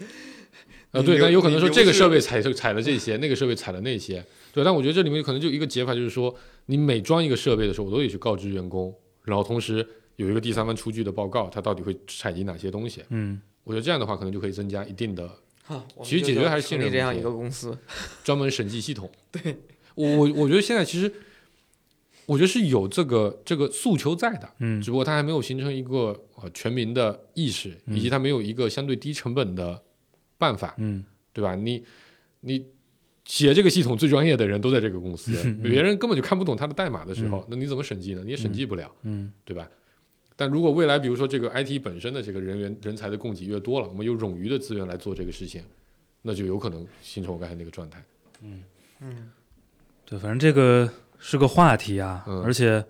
Speaker 3: 你
Speaker 5: 对，
Speaker 3: 留
Speaker 5: 但有可能
Speaker 3: 你
Speaker 5: 说
Speaker 3: 留
Speaker 5: 这个
Speaker 3: 是
Speaker 5: 设备采采了这些，那个设备采了那些，对。但我觉得这里面可能就一个解法，就是说你每装一个设备的时候，我都得去告知员工，然后同时有一个第三方出具的报告，它到底会采集哪些东西。
Speaker 4: 嗯，
Speaker 5: 我觉得这样的话，可能就可以增加一定的
Speaker 3: 哈，啊我们
Speaker 5: 其实
Speaker 3: 就
Speaker 5: 解决
Speaker 3: 叫
Speaker 5: 还是信
Speaker 3: 成立
Speaker 5: 任
Speaker 3: 这
Speaker 5: 问
Speaker 3: 样一
Speaker 5: 题
Speaker 3: 个公司。
Speaker 5: 专门审计系统。对，我我我觉得现在其实我觉得是有这个这个诉求在的，
Speaker 4: 嗯
Speaker 5: 只不过它还没有形成一个呃全民的意识，
Speaker 4: 嗯
Speaker 5: 以及它没有一个相对低成本的办法，
Speaker 4: 嗯
Speaker 5: 对吧？你你写这个系统最专业的人都在这个公 司，
Speaker 4: 嗯
Speaker 5: 别人根本就看不懂它的代码的时候，那你怎么审计呢？你也审计不了，
Speaker 4: 嗯
Speaker 5: 对吧？但如果未来比如说这个 IT 本身的这个人员人才的供给越多了，我们有冗余的资源来做这个事情，那就有可能形成我刚才那个状态。
Speaker 3: 嗯，
Speaker 4: 对，反正这个是个话题啊，
Speaker 5: 嗯
Speaker 4: 而且，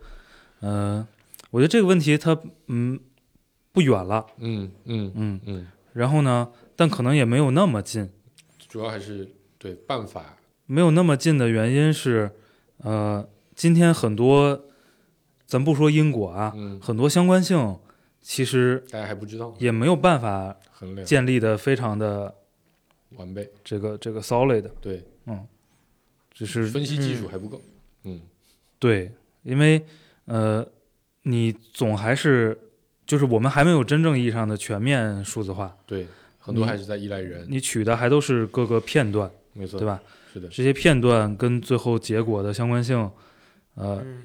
Speaker 4: 呃，我觉得这个问题它嗯不远了，
Speaker 5: 嗯嗯
Speaker 4: 嗯，
Speaker 5: 嗯，
Speaker 4: 然后呢，但可能也没有那么近，
Speaker 5: 主要还是对办法，
Speaker 4: 没有那么近的原因是，呃，今天很多，咱不说因果啊，
Speaker 5: 嗯，
Speaker 4: 很多相关性其实
Speaker 5: 大家还不知道
Speaker 4: 也没有办法
Speaker 5: 衡量
Speaker 4: 建立的非常的
Speaker 5: 完备，
Speaker 4: 这个这个 solid，
Speaker 5: 对，
Speaker 4: 只是
Speaker 5: 分析技术还不够。嗯
Speaker 4: 对，因为呃，你总还是就是我们还没有真正意义上的全面数字化，
Speaker 5: 对，很多还是在依赖人，
Speaker 4: 你取的还都是各个片段，
Speaker 5: 没错，
Speaker 4: 对？吧？
Speaker 5: 是的，
Speaker 4: 这些片段跟最后结果的相关性，呃，
Speaker 3: 嗯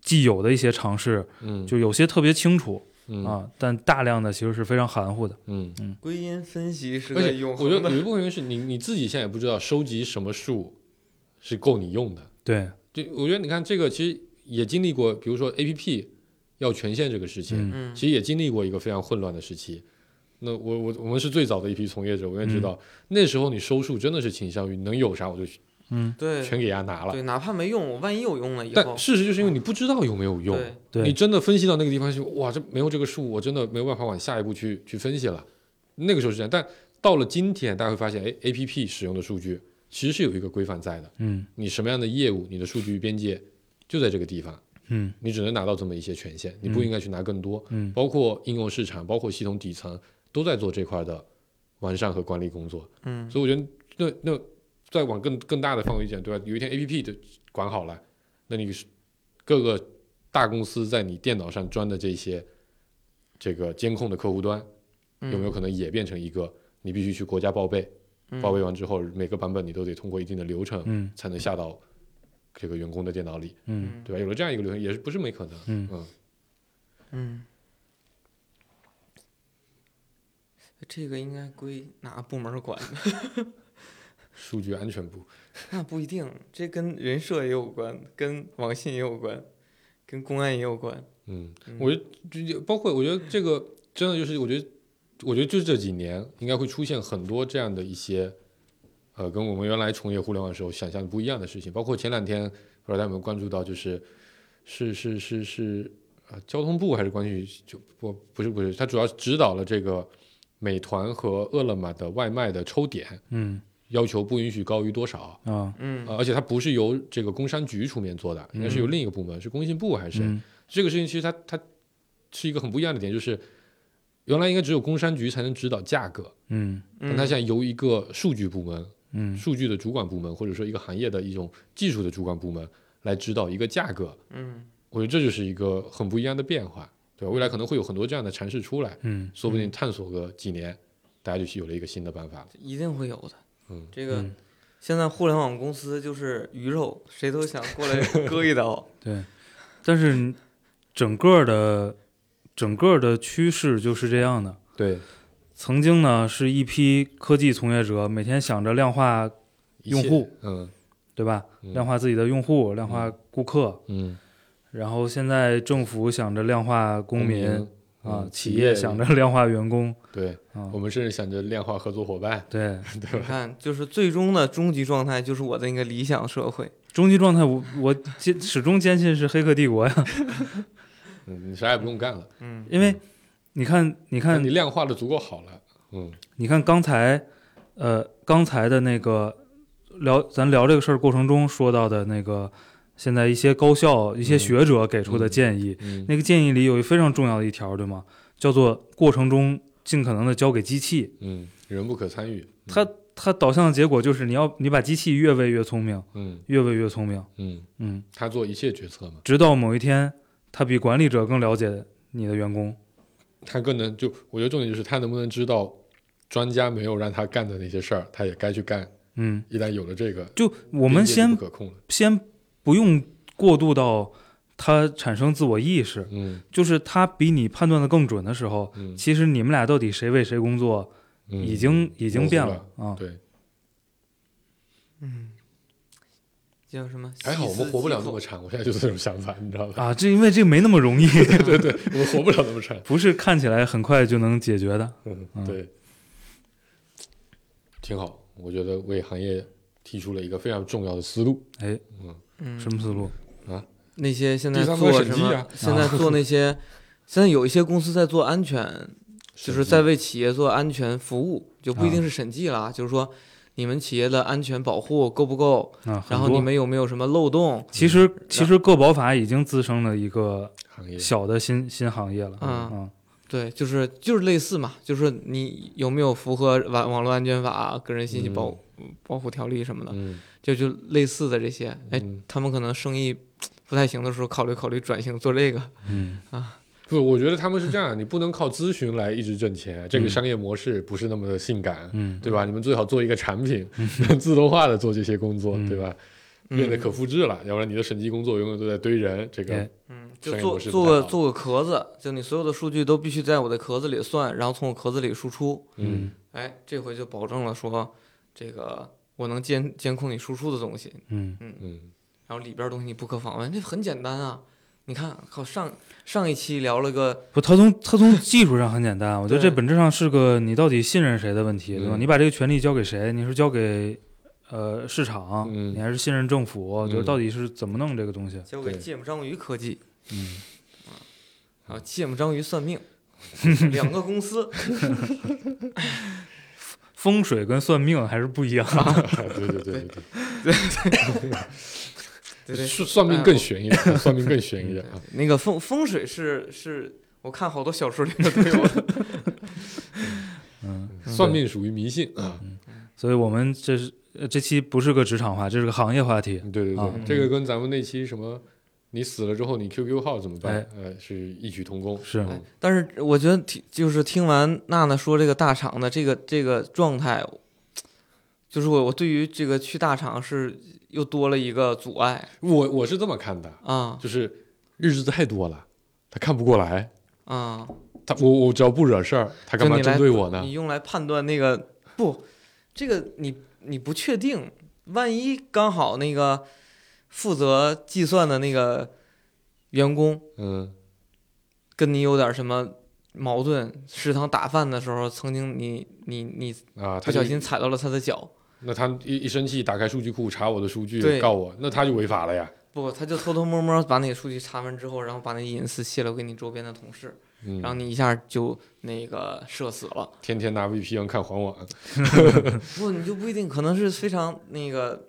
Speaker 4: 既有的一些尝试，
Speaker 5: 嗯，
Speaker 4: 就有些特别清楚
Speaker 5: 嗯
Speaker 4: 啊，但大量的其实是非常含糊的。
Speaker 5: 嗯，
Speaker 3: 归因分析是个
Speaker 5: 而且
Speaker 3: 永
Speaker 5: 我
Speaker 3: 恒
Speaker 5: 觉得
Speaker 3: 的
Speaker 5: 有一部分原因是你你自己现在也不知道收集什么数是够你用的。
Speaker 4: 对，
Speaker 5: 就我觉得你看这个其实也经历过，比如说 A P P 要权限这个事情，
Speaker 4: 嗯
Speaker 3: 嗯
Speaker 5: 其实也经历过一个非常混乱的时期。那我我我们是最早的一批从业者，我也
Speaker 3: 嗯
Speaker 5: 知道、那时候你收数真的是倾向于能有啥我就
Speaker 4: 嗯，
Speaker 3: 对
Speaker 5: 全给人家拿了
Speaker 3: 对，，哪怕没用，万一有用了以后
Speaker 5: 但，事实就是因为你不知道有没有用，
Speaker 3: 对
Speaker 5: 你
Speaker 4: 对，
Speaker 5: 真的分析到那个地方去，哇，这没有这个数，我真的没有办法往下一步去去分析了。那个时候是这样，但到了今天，大家会发现，哎，A P P 使用的数据其实是有一个规范在的，
Speaker 4: 嗯
Speaker 5: 你什么样的业务，你的数据边界就在这个地方，
Speaker 4: 嗯
Speaker 5: 你只能拿到这么一些权限，你不应该去拿更多。
Speaker 4: 嗯
Speaker 5: 包括应用市场，包括系统底层，都在做这块的完善和管理工作。
Speaker 3: 嗯
Speaker 5: 所以我觉得那那再往更更大的范围讲，对吧？有一天 A P P 的管好了，那你是各个大公司在你电脑上装的这些这个监控的客户端，
Speaker 3: 嗯
Speaker 5: 有没有可能也变成一个你必须去国家报备，
Speaker 3: 嗯
Speaker 5: 报备完之后每个版本你都得通过一定的流程
Speaker 4: 嗯
Speaker 5: 才能下到这个员工的电脑里，
Speaker 4: 嗯
Speaker 3: 嗯
Speaker 5: 对吧？有了这样一个流程，也是不是没可能？
Speaker 4: 嗯
Speaker 3: 嗯，这个应该归哪部门管？
Speaker 5: 数据安全部，
Speaker 3: 那不一定，这跟人社也有关，跟网信也有关，跟公安也有关。
Speaker 5: 嗯
Speaker 3: 嗯，
Speaker 5: 我觉得这就包括我觉得这个真的就是，我觉得我觉得就是这几年应该会出现很多这样的一些，呃，跟我们原来从业互联网的时候想象的不一样的事情。包括前两天不知道大家有没有关注到，就是是是是是呃，交通部还是关于就不不是不是，它主要指导了这个美团和饿了么的外卖的抽点，
Speaker 4: 嗯
Speaker 5: 要求不允许高于多少。
Speaker 4: 啊，
Speaker 3: 嗯
Speaker 5: 呃，而且它不是由这个工商局出面做的，应该是由另一个部门，是工信部还是谁？
Speaker 4: 嗯
Speaker 5: 这个事情其实它它是一个很不一样的点，就是原来应该只有工商局才能指导价格，
Speaker 4: 嗯
Speaker 5: 但
Speaker 3: 嗯，
Speaker 5: 它现在由一个数据部门、
Speaker 4: 嗯
Speaker 5: 数据的主管部门，或者说一个行业的一种技术的主管部门来指导一个价格，
Speaker 3: 嗯
Speaker 5: 我觉得这就是一个很不一样的变化，对吧？未来可能会有很多这样的尝试出来，
Speaker 4: 嗯
Speaker 5: 说不定探索个几年，大家就是有了一个新的办法了。
Speaker 3: 一定会有的。
Speaker 5: 嗯
Speaker 3: 这个
Speaker 4: 嗯
Speaker 3: 现在互联网公司就是鱼肉，谁都想过来割一 刀。
Speaker 4: 对，但是你整个的整个的趋势就是这样的。
Speaker 5: 对，
Speaker 4: 曾经呢，是一批科技从业者每天想着量化，
Speaker 5: 一切
Speaker 4: 用户，
Speaker 5: 嗯
Speaker 4: 对吧？
Speaker 5: 嗯
Speaker 4: 量化自己的用户，量化顾客。
Speaker 5: 嗯，
Speaker 4: 然后现在政府想着量化公民啊，
Speaker 5: 嗯
Speaker 4: 企业想着量化员工
Speaker 5: 对，
Speaker 4: 啊
Speaker 5: 我，们甚至想着量化合作伙伴，
Speaker 4: 对，
Speaker 3: 你看，就是最终的终极状态，就是我的那个理想社会。
Speaker 4: 终极状态我我坚始终坚信是黑客帝国呀，
Speaker 5: 嗯，你啥也不用干了，
Speaker 3: 嗯
Speaker 4: 因为你看，你看
Speaker 5: 但你量化的足够好了，嗯。
Speaker 4: 你看刚才，呃，刚才的那个聊咱聊这个事儿过程中说到的那个，现在一些高校、一些
Speaker 5: 嗯
Speaker 4: 学者给出的建议，
Speaker 5: 嗯
Speaker 4: 那个建议里有一非常重要的一条，对吗？叫做过程中尽可能的交给机器。
Speaker 5: 嗯，人不可参与。嗯
Speaker 4: 它它导向的结果就是你要你把机器越喂越聪明，
Speaker 5: 嗯
Speaker 4: 越喂越聪明，
Speaker 5: 嗯，
Speaker 4: 嗯，
Speaker 5: 他做一切决策嘛，
Speaker 4: 直到某一天，它比管理者更了解你的员工。
Speaker 5: 他更能就我觉得重点就是他能不能知道专家没有让他干的那些事儿，他也该去干。
Speaker 4: 嗯，
Speaker 5: 一旦有了这个，
Speaker 4: 就我们
Speaker 5: 边界就
Speaker 4: 先
Speaker 5: 不可控了。
Speaker 4: 先不用过渡到他产生自我意识，
Speaker 5: 嗯
Speaker 4: 就是他比你判断的更准的时候，
Speaker 5: 嗯，
Speaker 4: 其实你们俩到底谁为谁工作，
Speaker 5: 嗯
Speaker 4: 已经已经变了
Speaker 5: 了
Speaker 4: 啊。
Speaker 5: 对，
Speaker 3: 嗯，叫什么？
Speaker 5: 还好我们活不了那么长，我现在就是这种想法，你知道吧？
Speaker 4: 啊，这因为这没那么容易，
Speaker 5: 对对，我们活不了那么长。
Speaker 4: 不是看起来很快就能解决的。
Speaker 5: 嗯，对，挺好，我觉得为行业提出了一个非常重要的思路。
Speaker 4: 哎，
Speaker 3: 嗯
Speaker 4: 什么思路？
Speaker 3: 那些现在
Speaker 5: 第三个
Speaker 3: 做
Speaker 5: 审
Speaker 3: 什
Speaker 5: 计
Speaker 3: 么？
Speaker 5: 啊
Speaker 3: 现在做那些， 现在有一些公司在做安全，就
Speaker 5: 审
Speaker 3: 是
Speaker 5: 计啊
Speaker 3: 在为企业做安全服务，就不一定是审计啦，就是说你们企业的安全保护够不够，
Speaker 4: 啊，
Speaker 3: 然
Speaker 4: 很
Speaker 3: 后你
Speaker 4: 多
Speaker 3: 们有嗯没有什么漏洞？
Speaker 4: 其实其实个保法已经滋生了一个
Speaker 5: 行业
Speaker 4: 小的新新行业了。
Speaker 3: 嗯
Speaker 4: 嗯
Speaker 3: 对，就是就是类似嘛，就是你有没有符合网网络安全法、个人信息保、保护条例什么的，
Speaker 5: 嗯，
Speaker 3: 就就类似的这些。哎，
Speaker 5: 嗯
Speaker 3: 他们可能生意不太行的时候，考虑考虑转型做这个。
Speaker 4: 嗯
Speaker 5: 不，我觉得他们是这样，你不能靠咨询来一直挣钱，这个商业模式不是那么的性感，
Speaker 4: 嗯
Speaker 5: 对吧？你们最好做一个产品， 自动化的做这些工作，
Speaker 4: 嗯
Speaker 5: 对吧？
Speaker 3: 嗯
Speaker 5: 变得可复制了，要不然你的审计工作永远都在堆人。这个
Speaker 4: 哎，
Speaker 3: 嗯，就
Speaker 5: 商业模
Speaker 3: 做
Speaker 5: 式
Speaker 3: 做
Speaker 5: 不太
Speaker 3: 个
Speaker 5: 好
Speaker 3: 做个壳子，就你所有的数据都必须在我的壳子里算，然后从我壳子里输出。
Speaker 5: 嗯，
Speaker 3: 哎，这回就保证了说，这个我能监监控你输出的东西，
Speaker 4: 嗯
Speaker 5: 嗯，
Speaker 3: 然后里边儿东西你不可访问，这很简单啊。你看，靠上上一期聊了个，
Speaker 4: 不，他从他从技术上很简单，我觉得这
Speaker 3: 对
Speaker 4: 本质上是个你到底信任谁的问题，对吧？
Speaker 5: 嗯
Speaker 4: 你把这个权利交给谁？你是交给呃市场，
Speaker 5: 嗯
Speaker 4: 你还是信任政府？就是
Speaker 5: 嗯
Speaker 4: 到底是怎么弄这个东西？
Speaker 3: 交给
Speaker 5: 对
Speaker 3: 芥末章鱼科技，
Speaker 4: 嗯，
Speaker 3: 还有芥末章鱼算命，两个公司。
Speaker 4: 风水跟算命还是不一样。
Speaker 5: 啊嗯 对对对对对。
Speaker 3: 对嗯对，
Speaker 5: 算算命更悬一点，算命更悬一点啊！
Speaker 3: 那个风风水是是，我看好多小说里面都有的。
Speaker 4: 嗯，
Speaker 5: 啊算命属于迷信啊，
Speaker 4: 所以我们这是呃这期不是个职场话，这是个行业话题。
Speaker 5: 嗯对对对，
Speaker 4: 啊
Speaker 5: 这个跟咱们那期什么你死了之后你 QQ 号怎么办，呃，是异曲同工。
Speaker 4: 是
Speaker 5: 嗯
Speaker 3: 但是我觉得听就是听完娜娜说这个大厂的这个这个状态，就是我我对于这个去大厂是又多了一个阻碍
Speaker 5: 我我是这么看的，
Speaker 3: 啊
Speaker 5: 就是日子太多了，他看不过来，
Speaker 3: 啊！
Speaker 5: 他我我只要不惹事儿，他干嘛
Speaker 3: 就你来
Speaker 5: 针对我呢
Speaker 3: 你？用来判断那个不，这个你你不确定，万一刚好那个负责计算的那个员工
Speaker 5: 嗯
Speaker 3: 跟你有点什么矛盾，食堂打饭的时候，曾经你你你
Speaker 5: 啊，
Speaker 3: 不
Speaker 5: 他就
Speaker 3: 小心踩到了他的脚，
Speaker 5: 那他一一生气，打开数据库查我的数据，
Speaker 3: 对
Speaker 5: 告我，那他就违法了呀。
Speaker 3: 不，他就偷偷摸摸把那个数据查完之后，然后把那隐私泄露给你周边的同事，
Speaker 5: 嗯
Speaker 3: 然，后你一下就那个社死了。
Speaker 5: 天天拿 VPN 看黄网，
Speaker 3: 不，你就不一定，可能是非常那个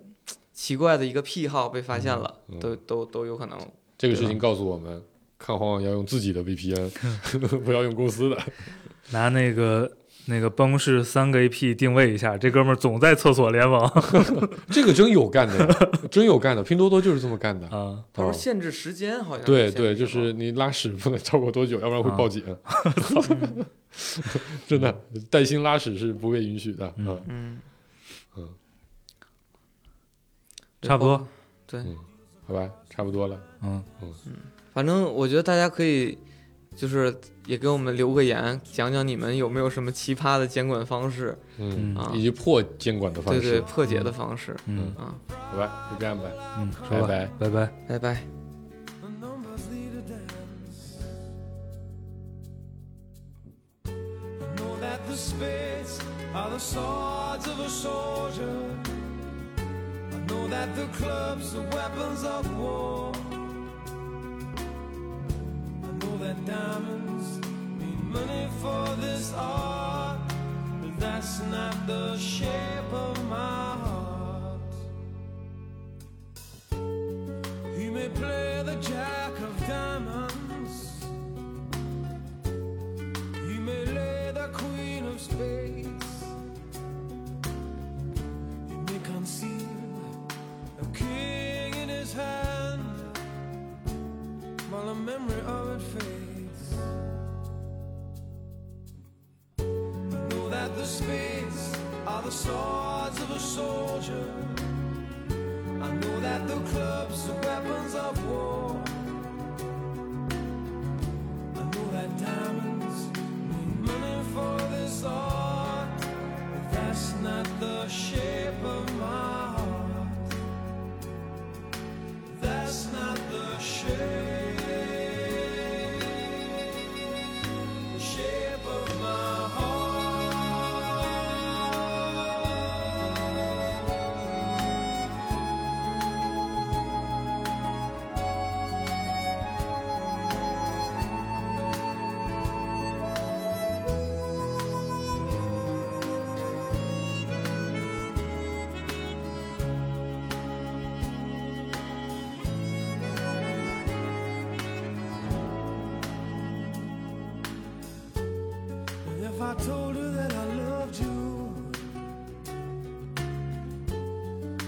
Speaker 3: 奇怪的一个癖好被发现了，
Speaker 5: 嗯嗯
Speaker 3: 都都都有可能。
Speaker 5: 这个事情告诉我们，看黄网要用自己的 VPN，不要用公司的。
Speaker 4: 拿那个那个办公室三个 AP 定位一下，这哥们儿总在厕所联网
Speaker 5: 这个真有干的呀，真有干的，拼多多就是这么干的。
Speaker 4: 啊。
Speaker 3: 他说限制时间好像是
Speaker 5: 哦对
Speaker 3: 限制
Speaker 5: 对，就
Speaker 3: 什么
Speaker 5: 是啊你拉屎不能超过多久，要不然会 报警。真的，带薪拉屎是不被允许的。嗯
Speaker 3: 嗯
Speaker 5: 嗯
Speaker 3: 对
Speaker 4: 差不
Speaker 3: 包
Speaker 4: 多，
Speaker 3: 对，
Speaker 5: 嗯好吧，差不多了。
Speaker 4: 嗯，
Speaker 3: 反正我觉得大家可以就是也给我们留个言，讲讲你们有没有什么奇葩的监管方式，
Speaker 5: 嗯
Speaker 3: 啊，
Speaker 5: 以及破监管的方
Speaker 3: 对对，
Speaker 5: 式，
Speaker 3: 破解的方式
Speaker 4: 嗯
Speaker 3: 啊。
Speaker 5: 好吧，就这样吧，
Speaker 4: 嗯，
Speaker 5: 拜
Speaker 4: 说吧，
Speaker 5: 拜。
Speaker 4: 拜拜。
Speaker 3: 拜拜。
Speaker 2: The numbers lead a dance. I know that the spades are the swords of a soldier. I know that the clubs are weapons of war. I know that diamonds mean money for this art, but that's not the shape of my heart. He may play the jack of diamonds. He may lay the queen of spades. He may conceal a king in his hand while the memory of it fades. I know that the spades are the swords of a soldier. I know that the clubs are weapons of war. diamonds, need money for this art. But that's not the shape of my heart. That's not the shape, shape of my heart. And if I told you that I loved you,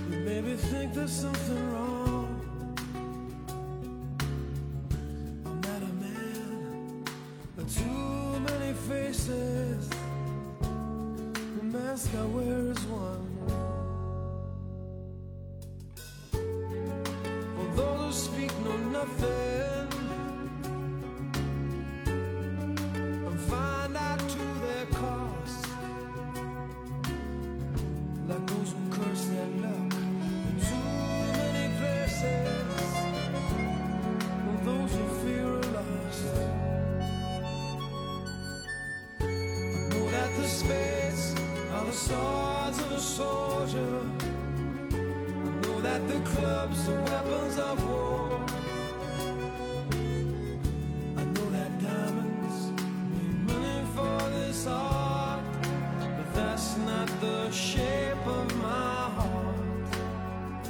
Speaker 2: you maybe think there's something wrong. I'm not a man with too many faces. The mask I wear is one. For those who speak know nothing and find out to their cost. Like those who curse their luck in too many places, or those who fear are lost. I know that the spades are the swords of a soldier. I know that the clubs are weapons of war. I know that diamonds need money for this art, but that's not the shape of my heart.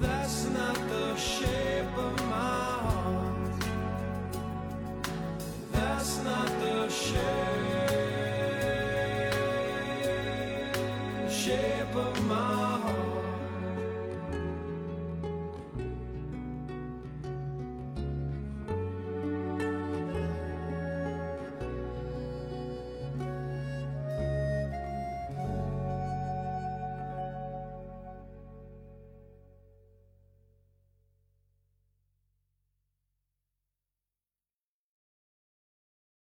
Speaker 2: That's not the shape of my heart. That's not the shape, shape of my heart.